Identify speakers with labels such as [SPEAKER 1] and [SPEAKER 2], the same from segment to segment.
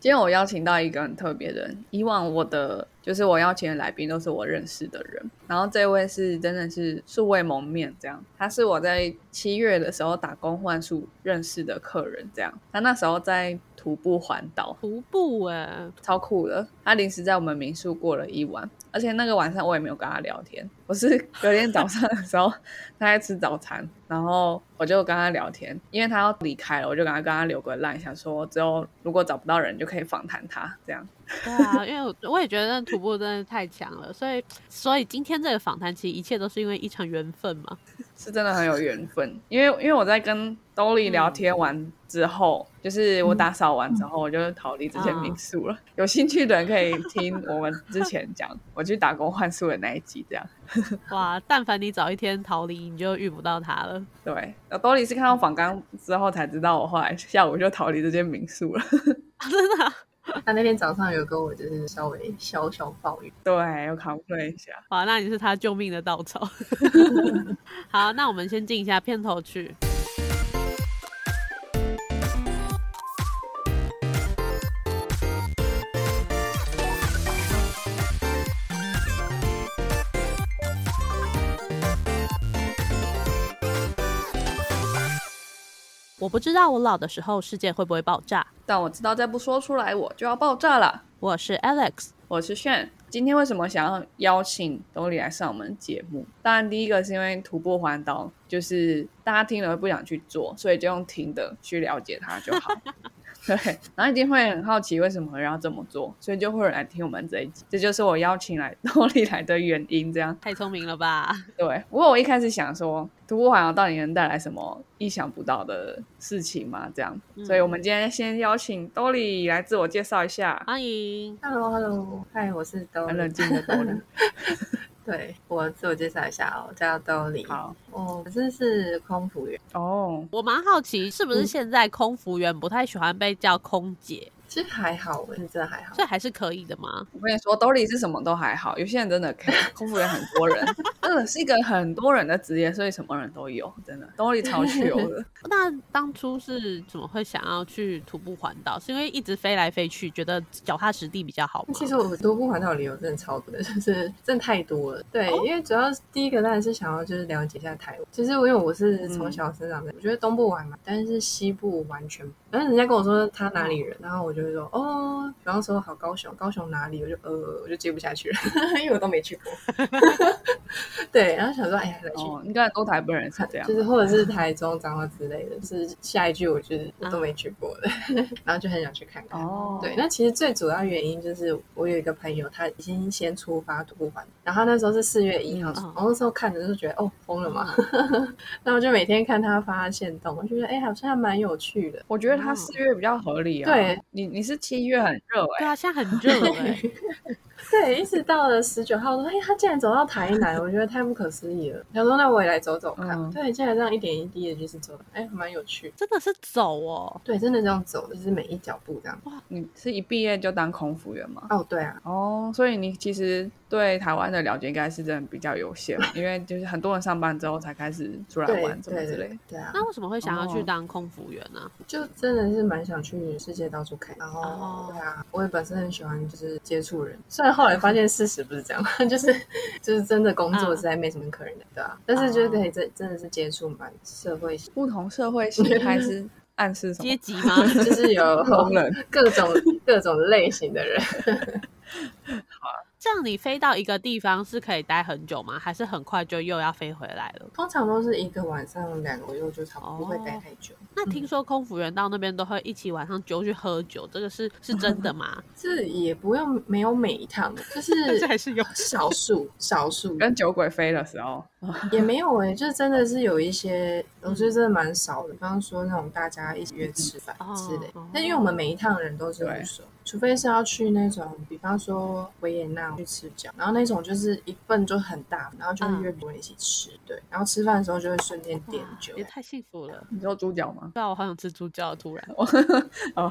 [SPEAKER 1] 今天我邀请到一个很特别的人，以往我的就是我邀请的来宾都是我认识的人，然后这位是真的是素未谋面这样，他是我在七月的时候打工换宿认识的客人这样，他那时候在徒步环岛，
[SPEAKER 2] 徒步哎，
[SPEAKER 1] 超酷的，他临时在我们民宿过了一晚，而且那个晚上我也没有跟他聊天，我是隔天早上的时候他在吃早餐，然后我就跟他聊天，因为他要离开了，我就赶快跟他留个 line，想说之后如果找不到人就可以访谈他这样。
[SPEAKER 2] 对啊，因为我我也觉得那徒步真的太强了，所以所以今天这个访谈其实一切都是因为一场缘分嘛。
[SPEAKER 1] 是真的很有缘分，因为因为我在跟 Dolly 聊天完之后，就是我打扫完之后，我就逃离这些民宿了。有兴趣的人可以听我们之前讲我去打工换宿的那一集，这样
[SPEAKER 2] 哇，但凡你早一天逃离，你就遇不到他了。
[SPEAKER 1] 对。然后 Dolly 是看到访刚之后才知道，我后来下午就逃离这间民宿了。
[SPEAKER 2] 真的啊、
[SPEAKER 3] 他那天早上有跟我就是稍微小小抱怨，
[SPEAKER 1] 对，我 complain 一下。
[SPEAKER 2] 哇，那你是他救命的稻草。 好，那我们先进一下片头曲。我不知道我老的时候世界会不会爆炸。
[SPEAKER 1] 但我知道再不说出来我就要爆炸了。
[SPEAKER 2] 我是 Alex，
[SPEAKER 1] 我是炫。今天为什么想要邀请 Dolly 来上我们节目？当然，第一个是因为徒步环岛，就是大家听了会不想去做，所以就用听的去了 解它就好。对，然后一定会很好奇为什么要这么做，所以就会有人来听我们这一集，这就是我邀请来 Dolly 来的原因。这样
[SPEAKER 2] 太聪明了吧？
[SPEAKER 1] 对，不过我一开始想说，徒步环岛到底能带来什么意想不到的事情嘛？这样，所以我们今天先邀请 Dolly 来自我介绍一下。
[SPEAKER 2] 欢迎。
[SPEAKER 3] Hello Hello，嗨，我是
[SPEAKER 1] 很
[SPEAKER 3] Dolly
[SPEAKER 1] 冷。静的 Dolly，
[SPEAKER 3] 对我自我介绍一下哦，我叫 Dolly， 哦
[SPEAKER 1] 好
[SPEAKER 3] 我本身是空服员，
[SPEAKER 1] 哦，
[SPEAKER 2] 我蛮好奇，是不是现在空服员不太喜欢被叫空姐，
[SPEAKER 3] 其实还好，我是真的还好
[SPEAKER 2] 所。以还是可以的吗？
[SPEAKER 1] 我跟你说，Dolly 是什么都还好，有些人真的可以，空服员很多 人，真的是一个很多人的职业，所以什么人都有，真的 Dolly 超秀 的。
[SPEAKER 2] 那当初是怎么会想要去徒步环岛？是因为一直飞来飞去，觉得脚踏实地比较好吗？
[SPEAKER 3] 其实我徒步环岛旅游真的超多的，就是真的太多了。对，
[SPEAKER 2] 哦
[SPEAKER 3] 因为主要是第一个当然是想要就是了解一下台湾。其实我因为我
[SPEAKER 1] 嗯
[SPEAKER 3] 是从小生长在，我觉得东部我还蛮，但是西部完全不。然后人家跟我说他哪里人，然后我就会说哦，比方说好高雄，高雄哪里？我就呃，我就接不下去了， 因为我都没去过。 对，然后想说哎呀，来去。
[SPEAKER 1] 哦，应该很多台北人是这样啊
[SPEAKER 3] 就。是或者是台中、彰化之类的，就是下一句我就是我都没去过
[SPEAKER 1] 啊
[SPEAKER 3] 的， 然后就很想去看看。
[SPEAKER 1] 哦，
[SPEAKER 3] 对，那其实最主要原因就是我有一个朋友，他已经先出发徒步环，然后他那时候是四月一号，
[SPEAKER 2] 嗯
[SPEAKER 3] 然后那时候看着就觉得哦疯了嘛，
[SPEAKER 1] 嗯
[SPEAKER 3] 那我就每天看他发现动，我就觉得哎、好像还蛮有趣的。
[SPEAKER 1] 我觉得他四月比较合理啊。
[SPEAKER 3] 对，
[SPEAKER 1] 你你是七月很热哎、
[SPEAKER 2] 对啊，现在很热哎、
[SPEAKER 3] 对，一直到了十九号，我说哎、他竟然走到台南，我觉得太不可思议了。想说那我也来走走看，
[SPEAKER 1] 嗯
[SPEAKER 3] 对，竟然这样一点一滴的就是走，哎、蛮有趣的。
[SPEAKER 2] 真的是走哦。
[SPEAKER 3] 对，真的这样走，就是每一脚步这样。
[SPEAKER 1] 你是一毕业就当空服员吗？
[SPEAKER 3] 哦，对啊，
[SPEAKER 1] 哦，所以你其实对台湾的了解应该是真的比较有限，因为就是很多人上班之后才开始出来
[SPEAKER 3] 对
[SPEAKER 1] 玩什么
[SPEAKER 3] 对
[SPEAKER 1] 之
[SPEAKER 3] 对
[SPEAKER 1] 类的。
[SPEAKER 3] 对啊，
[SPEAKER 2] 那为什么会想要去
[SPEAKER 1] 哦
[SPEAKER 2] 当空服员呢、
[SPEAKER 3] 就真的是蛮想去世界到处看，然后、
[SPEAKER 2] 哦
[SPEAKER 3] 对啊，我也本身很喜欢就是接触人，虽然后来发现事实不是这样， 就是就是真的工作
[SPEAKER 2] 嗯
[SPEAKER 3] 实在没什么可人的，对啊，但是就是可以真真的是接触蛮社会性，
[SPEAKER 1] 不同社会形态是暗示什么
[SPEAKER 2] 阶？级吗？
[SPEAKER 3] 就是有
[SPEAKER 2] 哦
[SPEAKER 1] 工人。
[SPEAKER 3] 各种各种类型的人，
[SPEAKER 2] 这样你飞到一个地方是可以待很久吗？还是很快就又要飞回来了？
[SPEAKER 3] 通常都是一个晚上两个月就差不多，不会待太久。
[SPEAKER 2] 那听说空服员到那边都会一起晚上就去喝酒，这个是是真的吗？
[SPEAKER 3] 这也不用没有每一趟，就是
[SPEAKER 2] 还是有
[SPEAKER 3] 少数少数
[SPEAKER 1] 跟酒鬼飞的时候，
[SPEAKER 3] 也没有哎、就是真的是有一些，我觉得真的蛮少的。比方说那种大家一起约吃饭
[SPEAKER 2] 哦
[SPEAKER 3] 之类的
[SPEAKER 2] 哦，
[SPEAKER 3] 但因为我们每一趟人都是
[SPEAKER 1] 对
[SPEAKER 3] 不熟，除非是要去那种，比方说维也纳去吃饺，然后那种就是一份就很大，然后就会约别人一起吃，对，然后吃饭的时候就会顺便点
[SPEAKER 2] 嗯哇
[SPEAKER 3] 酒
[SPEAKER 2] 也。太幸福了。
[SPEAKER 1] 你说猪脚吗？
[SPEAKER 2] 对啊，我好想吃猪脚，突然。
[SPEAKER 1] 哦，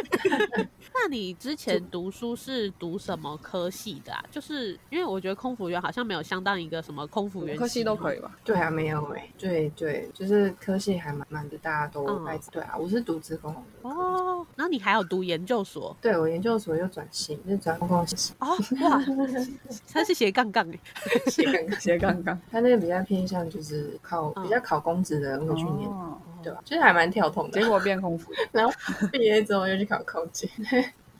[SPEAKER 2] 那你之前读书是读什么科系的啊？就是因为我觉得空服员好像没有相当一个什么空服员
[SPEAKER 1] 嗯科系都可
[SPEAKER 2] 以。
[SPEAKER 1] 以吧？
[SPEAKER 3] 对啊，没有哎、对对，就是科系还蛮蛮的，大家都
[SPEAKER 2] 嗯
[SPEAKER 3] 爱、对啊，我是读资工的科系。
[SPEAKER 2] 哦，然后你还有读研究所
[SPEAKER 3] 对我研究所又转系，就转公共 系，
[SPEAKER 2] 哦，哇，他是斜杠杠哎，
[SPEAKER 3] 斜杠杠
[SPEAKER 1] 斜杠杠，
[SPEAKER 3] 他那个比较偏向就是考
[SPEAKER 2] 嗯
[SPEAKER 3] 比较考公职的人会去念，
[SPEAKER 1] 哦
[SPEAKER 3] 对吧？就是还蛮跳痛的
[SPEAKER 1] 结。果变空腹，
[SPEAKER 3] 然后 毕业之后又去考空姐，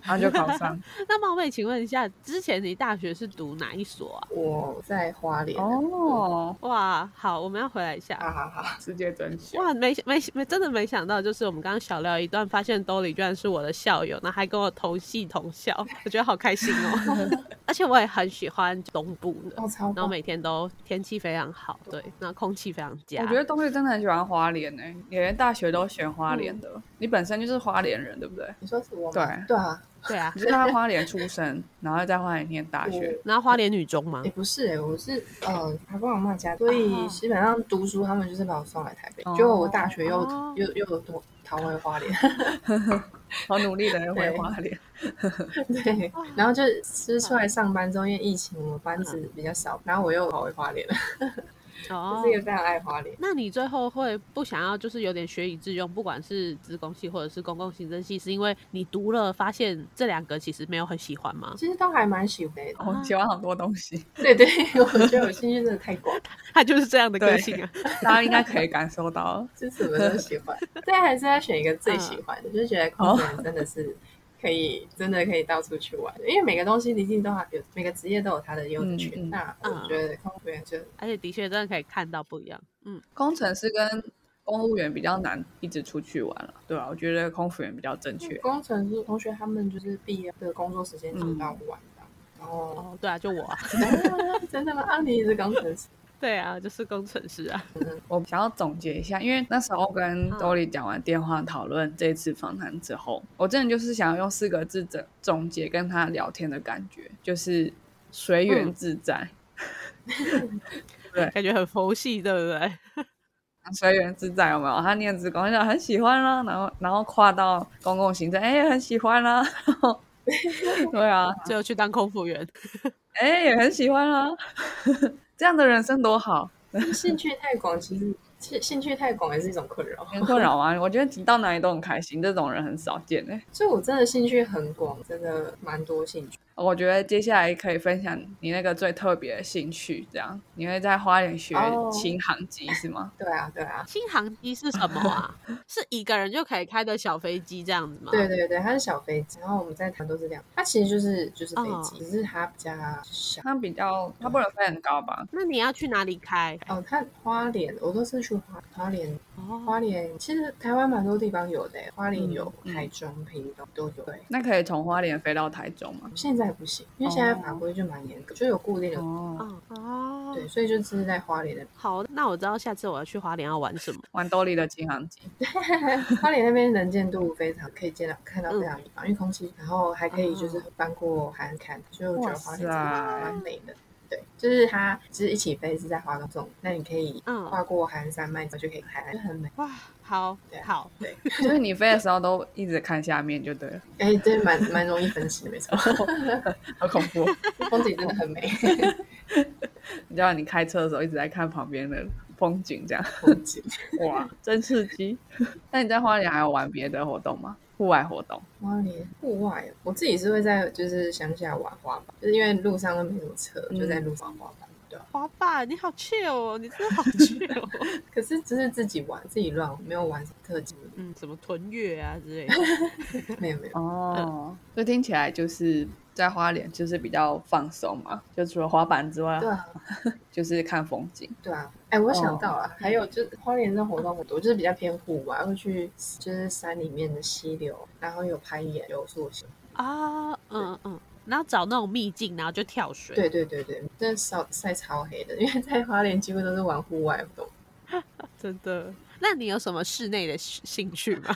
[SPEAKER 1] 然后就考上。
[SPEAKER 2] 那冒昧请问一下，之前你大学是读哪一所啊？
[SPEAKER 3] 我在花莲。啊
[SPEAKER 1] 哦，
[SPEAKER 2] 哇，好，我们要回来一下。
[SPEAKER 3] 好好好，
[SPEAKER 1] 世界真小。
[SPEAKER 2] 哇，没没没，真的没想到，就是我们刚刚小聊一段，发现兜里居然是我的校友，那还跟我同系同校，我觉得好开心哦。 而且我也很喜欢东部的，
[SPEAKER 3] 我哦超
[SPEAKER 2] 然后
[SPEAKER 3] 棒。
[SPEAKER 2] 每天都天气非常好，对，那空气非常佳。
[SPEAKER 1] 我觉得东旭真的很喜欢花莲诶、你连大学都选花莲
[SPEAKER 3] 嗯
[SPEAKER 1] 的，你本身就是花莲人，对不对？
[SPEAKER 3] 你说是我吗？
[SPEAKER 1] 对
[SPEAKER 3] 对啊，
[SPEAKER 2] 对啊
[SPEAKER 1] 你，是在花莲出生，然后在花莲念大
[SPEAKER 3] 我
[SPEAKER 1] 学，啊
[SPEAKER 2] 然后花莲女中吗
[SPEAKER 3] 也、？不是哎、我是呃阿公阿妈家，所以基本上读书他们就是把我送来台北，
[SPEAKER 1] 哦
[SPEAKER 3] 结果我大学又、
[SPEAKER 2] 哦
[SPEAKER 3] 又又逃逃回花 莲，
[SPEAKER 1] 好努力的回花莲。
[SPEAKER 3] 对，
[SPEAKER 1] 哦
[SPEAKER 3] 然后就是是出来上班之后，因为疫情我们
[SPEAKER 1] 嗯
[SPEAKER 3] 班子比较少，然后我又跑回花莲了，
[SPEAKER 2] 哦
[SPEAKER 3] 就是一个非常爱花莲。
[SPEAKER 2] 那你最后会不想要，就是有点学以致用，不管是职工系或者是公共行政系，是因为你读了发现这两个其实没有很喜欢吗？
[SPEAKER 3] 其实都还蛮喜欢的，
[SPEAKER 1] 我喜欢好多东西，
[SPEAKER 3] 对 对，我觉得我兴趣真的太广了，
[SPEAKER 2] 他就是这样的个
[SPEAKER 1] 对
[SPEAKER 2] 性啊。
[SPEAKER 1] 大家应该可以感受到。
[SPEAKER 3] 就什么都喜 欢。嗯但还是要选一个最喜欢的，就觉得空人真的是可以，真的可以到处去玩，因为每个东西一定都还有，每个职业都有它的优缺。
[SPEAKER 1] 嗯嗯
[SPEAKER 3] 那我觉得空服员就
[SPEAKER 2] 而且的确真的可以看到不一样。嗯，
[SPEAKER 1] 工程师跟公务员比较难一直出去玩了，对吧、啊我觉得空服员比较正确。
[SPEAKER 3] 嗯工程师同学他们就是毕业的工作时间挺到晚的。然后
[SPEAKER 2] 哦，对啊，就我啊，
[SPEAKER 3] 嗯 真的吗？啊，你也是工程 师，
[SPEAKER 2] 对啊，就是工程师啊。
[SPEAKER 1] 我想要总结一下，因为那时候跟 Dolly 讲完电话讨论这次访谈之后，我真的就是想要用四个字总总结跟他聊天的感觉，就是随缘自在，对
[SPEAKER 2] 感觉很佛系，对不对？
[SPEAKER 1] 随缘自在有没有？他念职工，他就很喜欢啊啦、然后然后跨到公共行政，哎、很喜欢啦、然后 对啊，
[SPEAKER 2] 最后去当空服员，
[SPEAKER 1] 哎、也很喜欢啦、 这样的人生多好。
[SPEAKER 3] 兴趣太广，其实兴兴趣太广也是一种困扰。
[SPEAKER 1] 很困扰啊！ 我觉得你到哪里都很开心，这种人很少见哎、
[SPEAKER 3] 所以我真的兴趣很广，真的蛮多兴趣。
[SPEAKER 1] 我觉得接下来可以分享你那个最特别的兴趣，这样你会在花莲学
[SPEAKER 3] 哦
[SPEAKER 1] 新航机是吗？
[SPEAKER 3] 对啊，对啊，
[SPEAKER 2] 新航机是什么啊？是一个人就可以开的小飞机这样子吗？
[SPEAKER 3] 对，对对，它是小飞机，然后我们在谈都是两，它其实就是就是飞
[SPEAKER 2] 哦
[SPEAKER 3] 机，
[SPEAKER 1] 嗯
[SPEAKER 3] 只是它比较小。
[SPEAKER 1] 它比较它不能飞很高吧？
[SPEAKER 2] 那你要去哪里开？
[SPEAKER 3] 哦，它花莲，我都是去花花莲，
[SPEAKER 2] 哦，
[SPEAKER 3] 花莲其实台湾蛮多地方有的，欸花莲有，
[SPEAKER 1] 嗯嗯
[SPEAKER 3] 台中、屏东都有。对，
[SPEAKER 1] 那可以从花莲飞到台中吗？
[SPEAKER 3] 现在不行，因为现在法规就蛮严格，就有固定的，
[SPEAKER 1] 哦，
[SPEAKER 2] 哦哦，
[SPEAKER 3] 对，所以就只是在花莲的
[SPEAKER 2] 好，那我知道下次我要去花莲要玩什么。
[SPEAKER 1] 玩兜里的新航机，
[SPEAKER 3] 花莲那边能见度非常，可以见到看到非常地方，因为空气，然后还可以就是翻过海岸看，所以我觉得花莲真的蛮美的。对，就是它就是一起飞是在花东纵，那你可以
[SPEAKER 2] 嗯
[SPEAKER 3] 跨过海岸山脉，然后就可以看海岸，就很美。
[SPEAKER 2] 哇，好
[SPEAKER 3] 对啊
[SPEAKER 2] 好，
[SPEAKER 1] 所以你飞的时候都一直看下面就对了，
[SPEAKER 3] 哎，对，蛮蛮容易分析的，没错，
[SPEAKER 1] 好恐怖！哦
[SPEAKER 3] 风景真的很美，
[SPEAKER 1] 你知道你开车的时候一直在看旁边的风景，这样
[SPEAKER 3] 风景。
[SPEAKER 1] 哇，真刺激！那你在花莲还有玩别的活动吗？户外活动？
[SPEAKER 3] 花莲户外，我自己是会在就是乡下玩滑板，就是因为路上都没什么车，就在路上滑板。对啊，
[SPEAKER 2] 滑板，你好 chill 哦，你真的好 chill 哦。
[SPEAKER 3] 可是只是自己玩，自己乱，没有玩什么特技，
[SPEAKER 2] 嗯，什么屯月啊之类的。
[SPEAKER 3] 没有没有。
[SPEAKER 1] 哦，所以听起来就是在花莲就是比较放松嘛，就除了滑板之外
[SPEAKER 3] 对，啊，
[SPEAKER 1] 就是看风景。
[SPEAKER 3] 对啊，哎，我想到了，还有就是花莲的活动很多，就是比较偏户外，会去就是山里面的溪流，然后有攀岩，有溯溪。
[SPEAKER 2] 啊，嗯嗯，然后找那种秘境，然后就跳水。，
[SPEAKER 3] 对对对对，真的晒晒超黑的，因为在花莲几乎都是玩户外活动。
[SPEAKER 2] 啊真的。那你有什么室内的兴兴趣吗？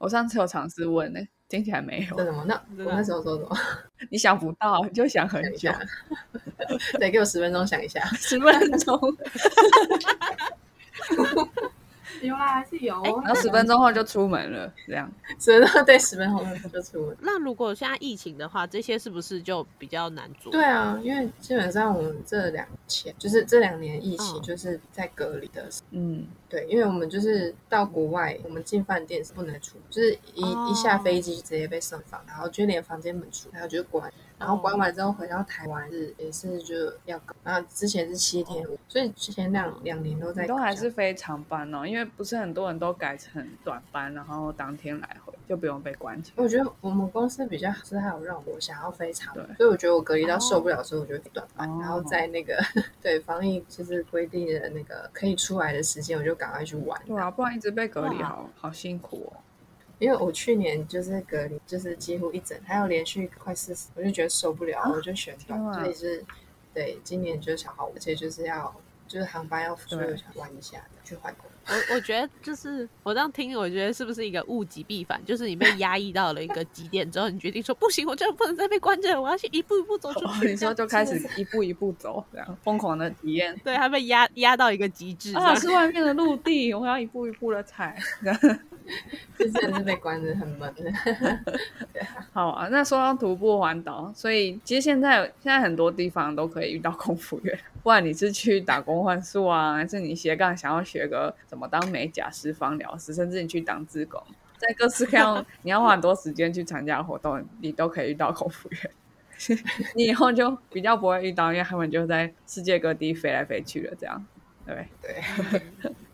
[SPEAKER 1] 我上次有尝试问呢、听起来没
[SPEAKER 3] 真
[SPEAKER 1] 有，
[SPEAKER 3] 的吗？那
[SPEAKER 2] 真的
[SPEAKER 3] 我那时候说什么？
[SPEAKER 1] 你想不到，你就想很
[SPEAKER 3] 想一
[SPEAKER 1] 久
[SPEAKER 3] 下，对，给我十分钟想一下。
[SPEAKER 1] 十分钟。
[SPEAKER 3] 有啦，还是有。啊
[SPEAKER 1] 然后十分钟后就出门了，这样。
[SPEAKER 3] 十分钟对，十分钟后就出门。
[SPEAKER 2] 那如果现在疫情的话，这些是不是就比较难做？
[SPEAKER 3] 对啊，因为基本上我们这两前就是这两年疫情
[SPEAKER 2] 嗯
[SPEAKER 3] 就是在隔离的时候，
[SPEAKER 1] 嗯，
[SPEAKER 3] 对，因为我们就是到国外，我们进饭店是不能出，就是一、
[SPEAKER 2] 哦
[SPEAKER 3] 一下飞机直接被送房，然后就连房间门出，然后就关，然
[SPEAKER 1] 哦
[SPEAKER 3] 后关完之后回到台湾是也是就要隔，然后之前是七天，所以之前两两年都在
[SPEAKER 1] 都
[SPEAKER 3] 隔
[SPEAKER 1] 还
[SPEAKER 3] 这
[SPEAKER 1] 是
[SPEAKER 3] 样
[SPEAKER 1] 非常班哦，因为不是很多人都改成短班，然后当天来回就不用被关起来。
[SPEAKER 3] 我觉得我们公司比较好，是还有让我想要飞长
[SPEAKER 1] 对，
[SPEAKER 3] 所以我觉得我隔离到受不了的时候，我就短板，
[SPEAKER 1] 哦
[SPEAKER 3] 然后在那个 对防疫就是规定的那个可以出来的时间，我就赶快去玩。
[SPEAKER 1] 对啊，不然一直被隔离
[SPEAKER 2] 哇
[SPEAKER 1] 好，好辛苦哦。
[SPEAKER 3] 因为我去年就是隔离，就是几乎一整，还有连续快四十，我就觉得受不了，我就选短，
[SPEAKER 1] 天啊
[SPEAKER 3] 所以是对今年就是想好，而且就是要就是航班要复苏，
[SPEAKER 1] 对
[SPEAKER 3] 我想玩一下去换工。
[SPEAKER 2] 我我觉得就是我这样听，我觉得是不是一个物极必反？就是你被压抑到了一个极点之后，你决定说不行，我真的不能再被关着，我要去一步一 步走出
[SPEAKER 1] 哦
[SPEAKER 2] 去。
[SPEAKER 1] 你说就开始一步一步走，这样疯狂的体 验。
[SPEAKER 2] 对，他被压压到一个极致。
[SPEAKER 1] 啊，是外面的陆地，我要一步一步的踩。这样
[SPEAKER 3] 这真的是被关的很闷，
[SPEAKER 1] 好啊，那说到徒步环岛，所以其实现在现在很多地方都可以遇到空服员，不管你是去打工换宿啊，还是你斜杠想要学个怎么当美甲师、芳疗师，甚至你去当志工，在各式各 样你要花很多时间去参加活动，你都可以遇到空服员。 你以后就比较不会遇到，因为他们就在世界各地飞来飞去了，这样对。
[SPEAKER 3] 对。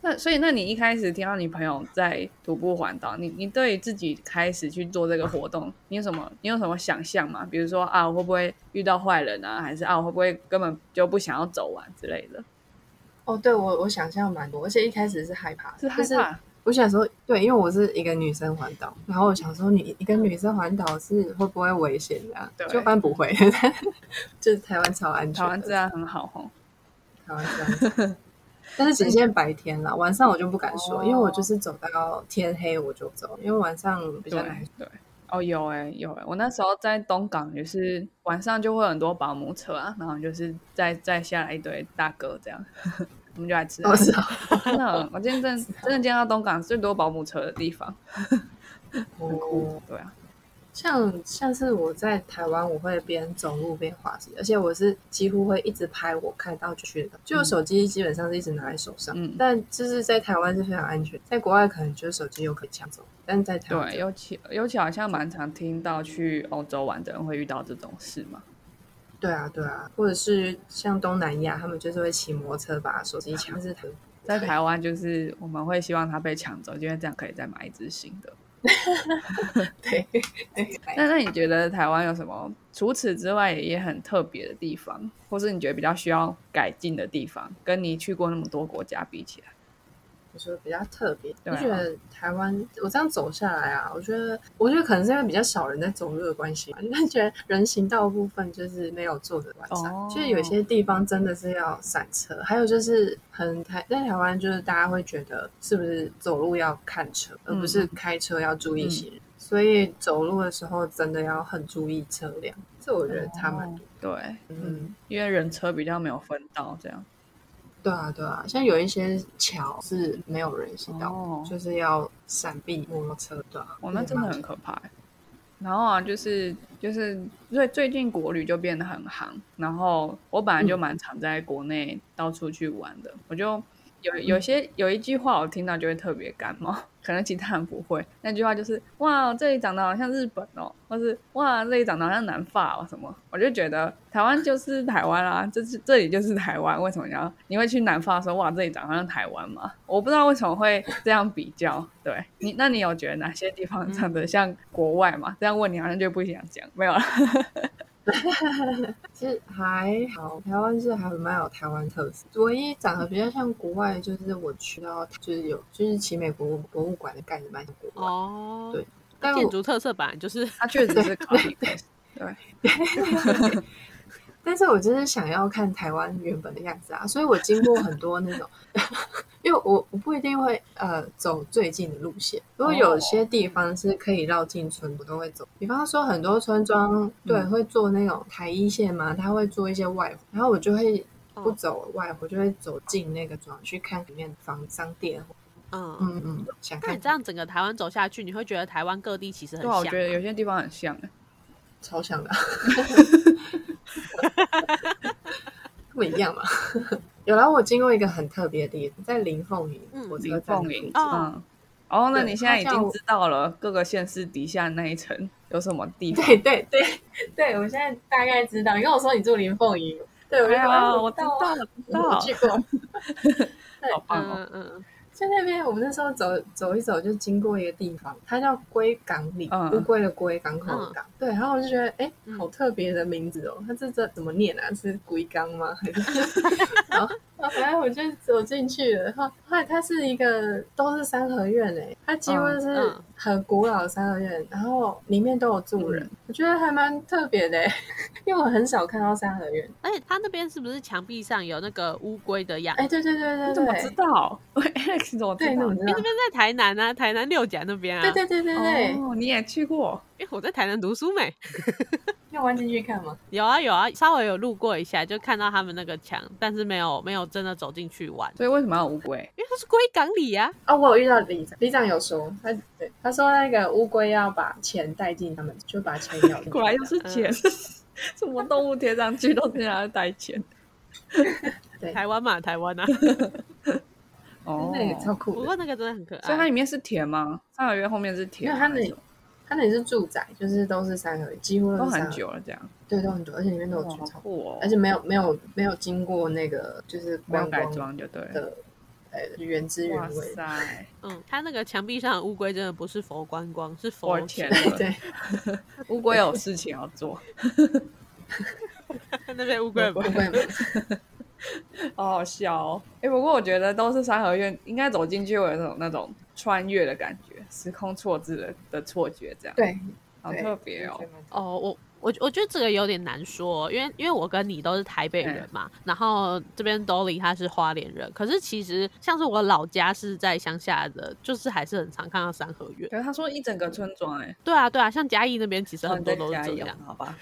[SPEAKER 1] 那所以，那你一开始听到你朋友在徒步环岛，你你对于自己开始去做这个活动，你有什么你有什么想象吗？比如说啊，我会不会遇到坏人啊，还是啊，我会不会根本就不想要走完之类的？
[SPEAKER 3] 哦，对我我想象蛮多，而且一开始是害怕的，
[SPEAKER 1] 是害
[SPEAKER 3] 就是
[SPEAKER 1] 怕
[SPEAKER 3] 我想说，对，因为我是一个女生环岛，然后我想说你，一个女生环岛是会不会危险的、啊
[SPEAKER 1] 对？
[SPEAKER 3] 就般不会， 就是台湾超安全
[SPEAKER 1] 台
[SPEAKER 3] 的，
[SPEAKER 1] 湾治安很好哦，
[SPEAKER 3] 台湾这样 子。但是只限白天啦，晚上我就不敢说，
[SPEAKER 1] 哦
[SPEAKER 3] 因为我就是走到天黑我就走，因为晚上比较
[SPEAKER 1] 对
[SPEAKER 3] 难。
[SPEAKER 1] 对。哦，有哎、有哎、我那时候在东港也是晚上就会有很多保姆车啊，然后就是再再下来一堆大哥这样， 我们就来吃
[SPEAKER 3] 我
[SPEAKER 1] 海
[SPEAKER 3] 知
[SPEAKER 1] 鲜。
[SPEAKER 3] 道，
[SPEAKER 1] 真的，我今天真的真的见到东港最多保姆车的地方，很酷
[SPEAKER 3] 哦。
[SPEAKER 1] 对啊，
[SPEAKER 3] 像像是我在台湾，我会边走路边滑手机，而且我是几乎会一直拍我看到就去的，就我手机基本上是一直拿在手上。
[SPEAKER 1] 嗯
[SPEAKER 3] 但就是在台湾是非常安全，在国外可能就是手机又可以抢走，但在台湾
[SPEAKER 1] 对，尤其尤其好像蛮常听到去欧洲玩的人会遇到这种事嘛。
[SPEAKER 3] 对啊对啊，或者是像东南亚，他们就是会骑摩托车把手机 抢，但是台湾不
[SPEAKER 1] 在
[SPEAKER 3] 会
[SPEAKER 1] 台湾就是我们会希望它被抢走，因为这样可以再买一只新的。
[SPEAKER 3] 对，对
[SPEAKER 1] 那那你觉得台湾有什么除此之外也很特别的地方，或是你觉得比较需要改进的地方，跟你去过那么多国家比起来？
[SPEAKER 3] 我觉得比较特别，
[SPEAKER 1] 对啊
[SPEAKER 3] 我觉得台湾，我这样走下来啊，我觉得，我觉得可能是因为比较少人在走路的关系吧， 就是觉得人行道部分就是没有做的完善，
[SPEAKER 1] 哦
[SPEAKER 3] 就是有些地方真的是要闪车，还有就是很台在台湾就是大家会觉得是不是走路要看车，而不是开车要注意行人，
[SPEAKER 1] 嗯
[SPEAKER 3] 所以走路的时候真的要很注意车辆，这我觉得差蛮
[SPEAKER 1] 哦
[SPEAKER 3] 多，
[SPEAKER 1] 对，
[SPEAKER 3] 嗯。
[SPEAKER 1] 因为人车比较没有分到这样。
[SPEAKER 3] 对啊，对啊，像有一些桥是没有人行道的，
[SPEAKER 1] 哦
[SPEAKER 3] 就是要闪避摩托车对啊。
[SPEAKER 1] 哦，那真的很
[SPEAKER 3] 可
[SPEAKER 1] 可怕欸。然后啊，就是就是最最近国旅就变得很行，然后我本来就蛮常在国内到处去玩的，我就有有些有一句话我听到就会特别感冒，可能其他人不会。那句话就是哇，这里长得好像日本哦，或是哇，这里长得好像南法哦什么，我就觉得台湾就是台湾啦、这是这里就是台湾，为什么你要你会去南法说哇，这里长得好像台湾吗？我不知道为什么会这样比较。对你，那你有觉得哪些地方长得像国外吗？这样问你好像就不想讲，没有啦。
[SPEAKER 3] 其实还好，台湾是还蛮有台湾特色。唯一长得比较像国外，就是我去到就是有就是奇美博物博物馆的盖子蛮像国外，
[SPEAKER 2] 哦，
[SPEAKER 3] 对但
[SPEAKER 2] 建
[SPEAKER 3] 我
[SPEAKER 2] 筑特色版就是
[SPEAKER 1] 它确实是 copy paste。对，
[SPEAKER 3] 但是我就是想要看台湾原本的样子啊，所以我经过很多那种， 因为我我不一定会呃走最近的路线，如果有些地方是可以绕进村，我都会走。比方说很多村庄对会做那种台一线嘛，他会做一些外，然后我就会不走外，我就会走进那个庄去看里面的房商店。
[SPEAKER 2] 嗯，
[SPEAKER 3] 嗯嗯，想
[SPEAKER 2] 那
[SPEAKER 3] 看
[SPEAKER 2] 你这样整个台湾走下去，你会觉得台湾各地其实 很
[SPEAKER 1] 对啊，
[SPEAKER 2] 像
[SPEAKER 1] 我
[SPEAKER 2] 吗。
[SPEAKER 1] 觉得有些地方很像欸，
[SPEAKER 3] 超想的，不一样嘛。有啦，我经过一个很特别的地方，在林凤营
[SPEAKER 2] 嗯
[SPEAKER 3] 火车
[SPEAKER 1] 林
[SPEAKER 3] 站
[SPEAKER 1] 凤
[SPEAKER 3] 的
[SPEAKER 1] 营
[SPEAKER 3] 附，近。
[SPEAKER 2] 哦
[SPEAKER 1] 嗯。哦，那
[SPEAKER 3] 对
[SPEAKER 1] 你现在已
[SPEAKER 3] 它叫
[SPEAKER 1] 经知道了各个县市底下那一层有什么地方？
[SPEAKER 3] 对对对对，我现在大概知道。你跟我说你住林凤营，对，我就
[SPEAKER 1] 哎
[SPEAKER 3] 说
[SPEAKER 1] 呀，
[SPEAKER 3] 哎
[SPEAKER 1] 我知
[SPEAKER 3] 到啊
[SPEAKER 1] 道，了，知道
[SPEAKER 3] 我
[SPEAKER 1] 了，
[SPEAKER 3] 去过。
[SPEAKER 1] 好棒哦！
[SPEAKER 2] 嗯嗯
[SPEAKER 3] 在那边，我们那时候走走一走，就经过一个地方，它叫龟港里，
[SPEAKER 1] 嗯
[SPEAKER 3] 乌龟的龟，港口的港。对，然后我就觉得，哎、好特别的名字哦，它这这怎么念啊？是龟港吗？还是？然后反正我就走进去了，然后后来它是一个都是三合院诶、它几乎
[SPEAKER 1] 嗯嗯
[SPEAKER 3] 是
[SPEAKER 2] 嗯
[SPEAKER 3] 很古老的三合院，然后里面都有住人，我觉得还蛮特别的、欸， 因为我很少看到三合院。
[SPEAKER 2] 而且他那边是不是墙壁上有那个乌龟的样子？
[SPEAKER 3] 哎、对对对
[SPEAKER 1] 你
[SPEAKER 3] 对
[SPEAKER 1] 怎
[SPEAKER 3] 对，
[SPEAKER 1] 么知道？ 喂，Alex 你怎么
[SPEAKER 3] 对，
[SPEAKER 1] 知
[SPEAKER 3] 你怎
[SPEAKER 1] 道
[SPEAKER 3] 么？知
[SPEAKER 2] 哎、
[SPEAKER 3] 道
[SPEAKER 2] 那？边在台南啊，台南六甲那边啊。
[SPEAKER 3] 对对对对对，
[SPEAKER 1] 哦，你也去过？
[SPEAKER 2] 哎、我在台南读书没？
[SPEAKER 3] 要弯进去看吗？
[SPEAKER 2] 有啊有啊，稍微有路过一下，就看到他们那个墙，但是没有没有真的走进去玩，
[SPEAKER 1] 所以为什么要有乌龟？
[SPEAKER 2] 因为它是龟港里啊。
[SPEAKER 3] 哦，我有遇到李长，李长有说，他对他说那个乌龟要把钱带进他们，就把钱咬进去。
[SPEAKER 1] 果然又是钱，
[SPEAKER 3] 嗯
[SPEAKER 1] 什么动物贴上去都是拿来带钱。
[SPEAKER 3] 对，
[SPEAKER 2] 台湾嘛，台 湾啊。
[SPEAKER 1] 哦，
[SPEAKER 3] 那也超
[SPEAKER 2] 不
[SPEAKER 3] 酷的。
[SPEAKER 2] 过那个真的很可
[SPEAKER 1] 所以它
[SPEAKER 2] 爱
[SPEAKER 1] 里。面是田吗？上个月后面是田
[SPEAKER 3] 因
[SPEAKER 1] 吗，
[SPEAKER 3] 为它那
[SPEAKER 1] 那
[SPEAKER 3] 里它那里是住宅，就是都是三合，几乎
[SPEAKER 1] 都
[SPEAKER 3] 是三合
[SPEAKER 1] 很，久了，这样
[SPEAKER 3] 对，都很久，而且里面都有
[SPEAKER 1] 哇
[SPEAKER 3] 除
[SPEAKER 1] 好
[SPEAKER 3] 草，
[SPEAKER 1] 酷哦，
[SPEAKER 3] 而且没有没有没有经过那个就是
[SPEAKER 1] 没有
[SPEAKER 3] 观
[SPEAKER 1] 改
[SPEAKER 3] 光
[SPEAKER 1] 装就对了。
[SPEAKER 3] 的，呃，原汁
[SPEAKER 1] 哇
[SPEAKER 3] 原味。
[SPEAKER 1] 塞，
[SPEAKER 2] 嗯，它那个墙壁上的乌龟真的不是佛观光，是
[SPEAKER 1] 我
[SPEAKER 2] 佛
[SPEAKER 1] 的天
[SPEAKER 2] 钱，
[SPEAKER 1] 了，
[SPEAKER 3] 对，
[SPEAKER 1] 乌龟有事情要做，
[SPEAKER 2] 那边乌龟 很
[SPEAKER 3] 不
[SPEAKER 2] 不
[SPEAKER 3] 会吗？
[SPEAKER 1] 好好笑哦。哎，不过我觉得都是三合院，应该走进去会有那种那种穿越的感觉，时空错置的的错觉，这样
[SPEAKER 3] 对，
[SPEAKER 1] 好
[SPEAKER 3] 对
[SPEAKER 1] 特别哦。。
[SPEAKER 2] 哦，我我我觉得这个有点难说，因为因为我跟你都是台北人嘛，
[SPEAKER 1] 嗯
[SPEAKER 2] 然后这边 Dolly 他是花莲人，可是其实像是我老家是在乡下的，就是还是很常看到三合院。
[SPEAKER 1] 可是他说一整个村庄，哎，
[SPEAKER 2] 对啊对啊，像嘉义那边其实
[SPEAKER 1] 然后
[SPEAKER 2] 很
[SPEAKER 1] 你
[SPEAKER 2] 多
[SPEAKER 1] 再
[SPEAKER 2] 都是
[SPEAKER 1] 加
[SPEAKER 2] 这
[SPEAKER 1] 一
[SPEAKER 2] 样。哦
[SPEAKER 1] 好 吧？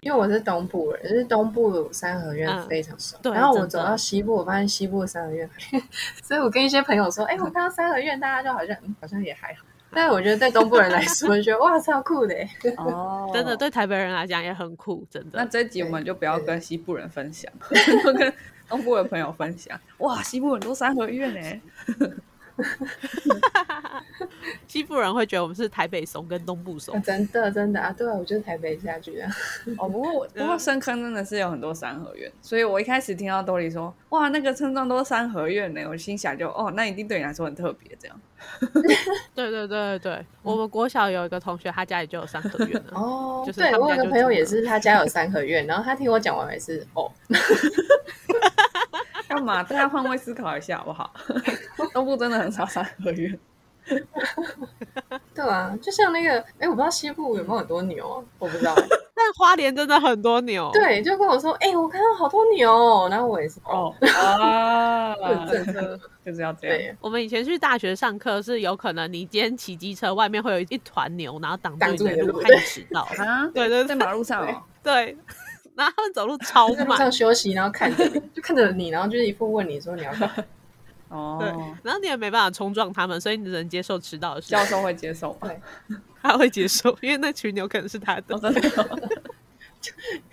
[SPEAKER 3] 因为我是东部人，就是东部三合院
[SPEAKER 2] 嗯
[SPEAKER 3] 非常少。
[SPEAKER 2] 对
[SPEAKER 3] 然后我
[SPEAKER 2] 真
[SPEAKER 3] 走
[SPEAKER 2] 的
[SPEAKER 3] 到西部，我发现西部的三合院， 所以我跟一些朋友说，哎、我看到三合院，大家就好像、嗯、好像也还好。但是我觉得对东部人来说，就觉得哇，超酷的欸耶！
[SPEAKER 1] 哦
[SPEAKER 2] 真的，对台北人来讲也很酷，真
[SPEAKER 1] 那
[SPEAKER 2] 的。
[SPEAKER 1] 这一集我们就不要跟西部人分享， 就跟东部的朋友分享。哇，西部很多三合院欸呢，
[SPEAKER 2] 西部人会觉得我们是台北怂跟东部
[SPEAKER 3] 哦
[SPEAKER 2] 怂，
[SPEAKER 3] 真的真的啊，对啊，我就是台北下去的。
[SPEAKER 1] 哦，不过我不过深坑真的是有很多三合院，所以我一开始听到兜里说，哇，那个村庄都是三合院呢，我心想就哦，那一定对你来说很特别这样。
[SPEAKER 2] 对对对对对，我们国小有一个同学，他家里就有三合院了。
[SPEAKER 3] 哦，
[SPEAKER 2] 就是
[SPEAKER 3] 对
[SPEAKER 2] 他们
[SPEAKER 3] 我
[SPEAKER 2] 家
[SPEAKER 3] 有
[SPEAKER 2] 就
[SPEAKER 3] 个朋友
[SPEAKER 2] 真的
[SPEAKER 3] 也是，他家有三合院，然后他听我讲完也是哦，
[SPEAKER 1] 干嘛？大家换位思考一下好不好？ 东部真的很少三合院，
[SPEAKER 3] 对啊，就像那个，哎，我不知道西部有没有很多牛啊，我不知道。
[SPEAKER 2] 但花莲真的很多牛，
[SPEAKER 3] 对，就跟我说，哎，我看到好多牛哦，然后我也是哦，
[SPEAKER 1] 哦啊，
[SPEAKER 3] 很震 慑。
[SPEAKER 1] 就是要这样。
[SPEAKER 3] 对，
[SPEAKER 2] 我们以前去大学上课是有可能，你今天骑机车，外面会有一团牛，然后挡住
[SPEAKER 3] 挡
[SPEAKER 2] 你
[SPEAKER 3] 住
[SPEAKER 2] 的
[SPEAKER 3] 你的
[SPEAKER 2] 路，
[SPEAKER 3] 路
[SPEAKER 2] 害你迟到。
[SPEAKER 1] 啊，
[SPEAKER 2] 对对
[SPEAKER 1] 在
[SPEAKER 2] 对
[SPEAKER 1] 马路上哦，
[SPEAKER 2] 对，然后他们走路 超
[SPEAKER 3] 在路
[SPEAKER 2] 慢
[SPEAKER 3] 上，休息，然后看着你， 就看着你，然后就是一副问你说你要 干嘛。
[SPEAKER 2] 对
[SPEAKER 1] 哦，，
[SPEAKER 2] 然后你也没办法冲撞他们，所以你只能接受迟到的事
[SPEAKER 1] 教。授会接受吗？
[SPEAKER 3] 对
[SPEAKER 2] 他会接受，因为那群牛可能是他
[SPEAKER 1] 哦，
[SPEAKER 2] 的。
[SPEAKER 1] 真的哦。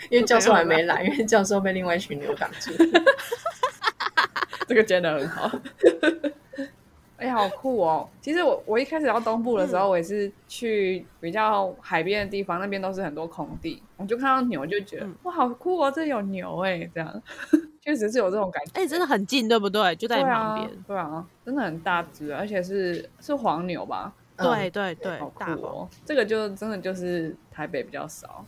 [SPEAKER 3] 因为教授还没来，因为教授被另外一群牛挡 住。
[SPEAKER 1] 这个真的很好。 哎、呀，好酷哦！其实我我一开始到东部的时
[SPEAKER 2] 嗯
[SPEAKER 1] 候，我也是去比较海边的地方，那边都是很多空地，我就看到牛就觉得、
[SPEAKER 2] 嗯
[SPEAKER 1] 哇，好酷哦，这有牛哎、这样 确实是有这种感觉。
[SPEAKER 2] 哎、真的很近，对不对？就在你旁边。
[SPEAKER 1] 对啊，对啊，真的很大只，而且是是黄牛吧？
[SPEAKER 3] 嗯
[SPEAKER 2] 对对对，
[SPEAKER 1] 嗯好酷
[SPEAKER 2] 大王
[SPEAKER 1] 哦！这个就真的就是台北比较少，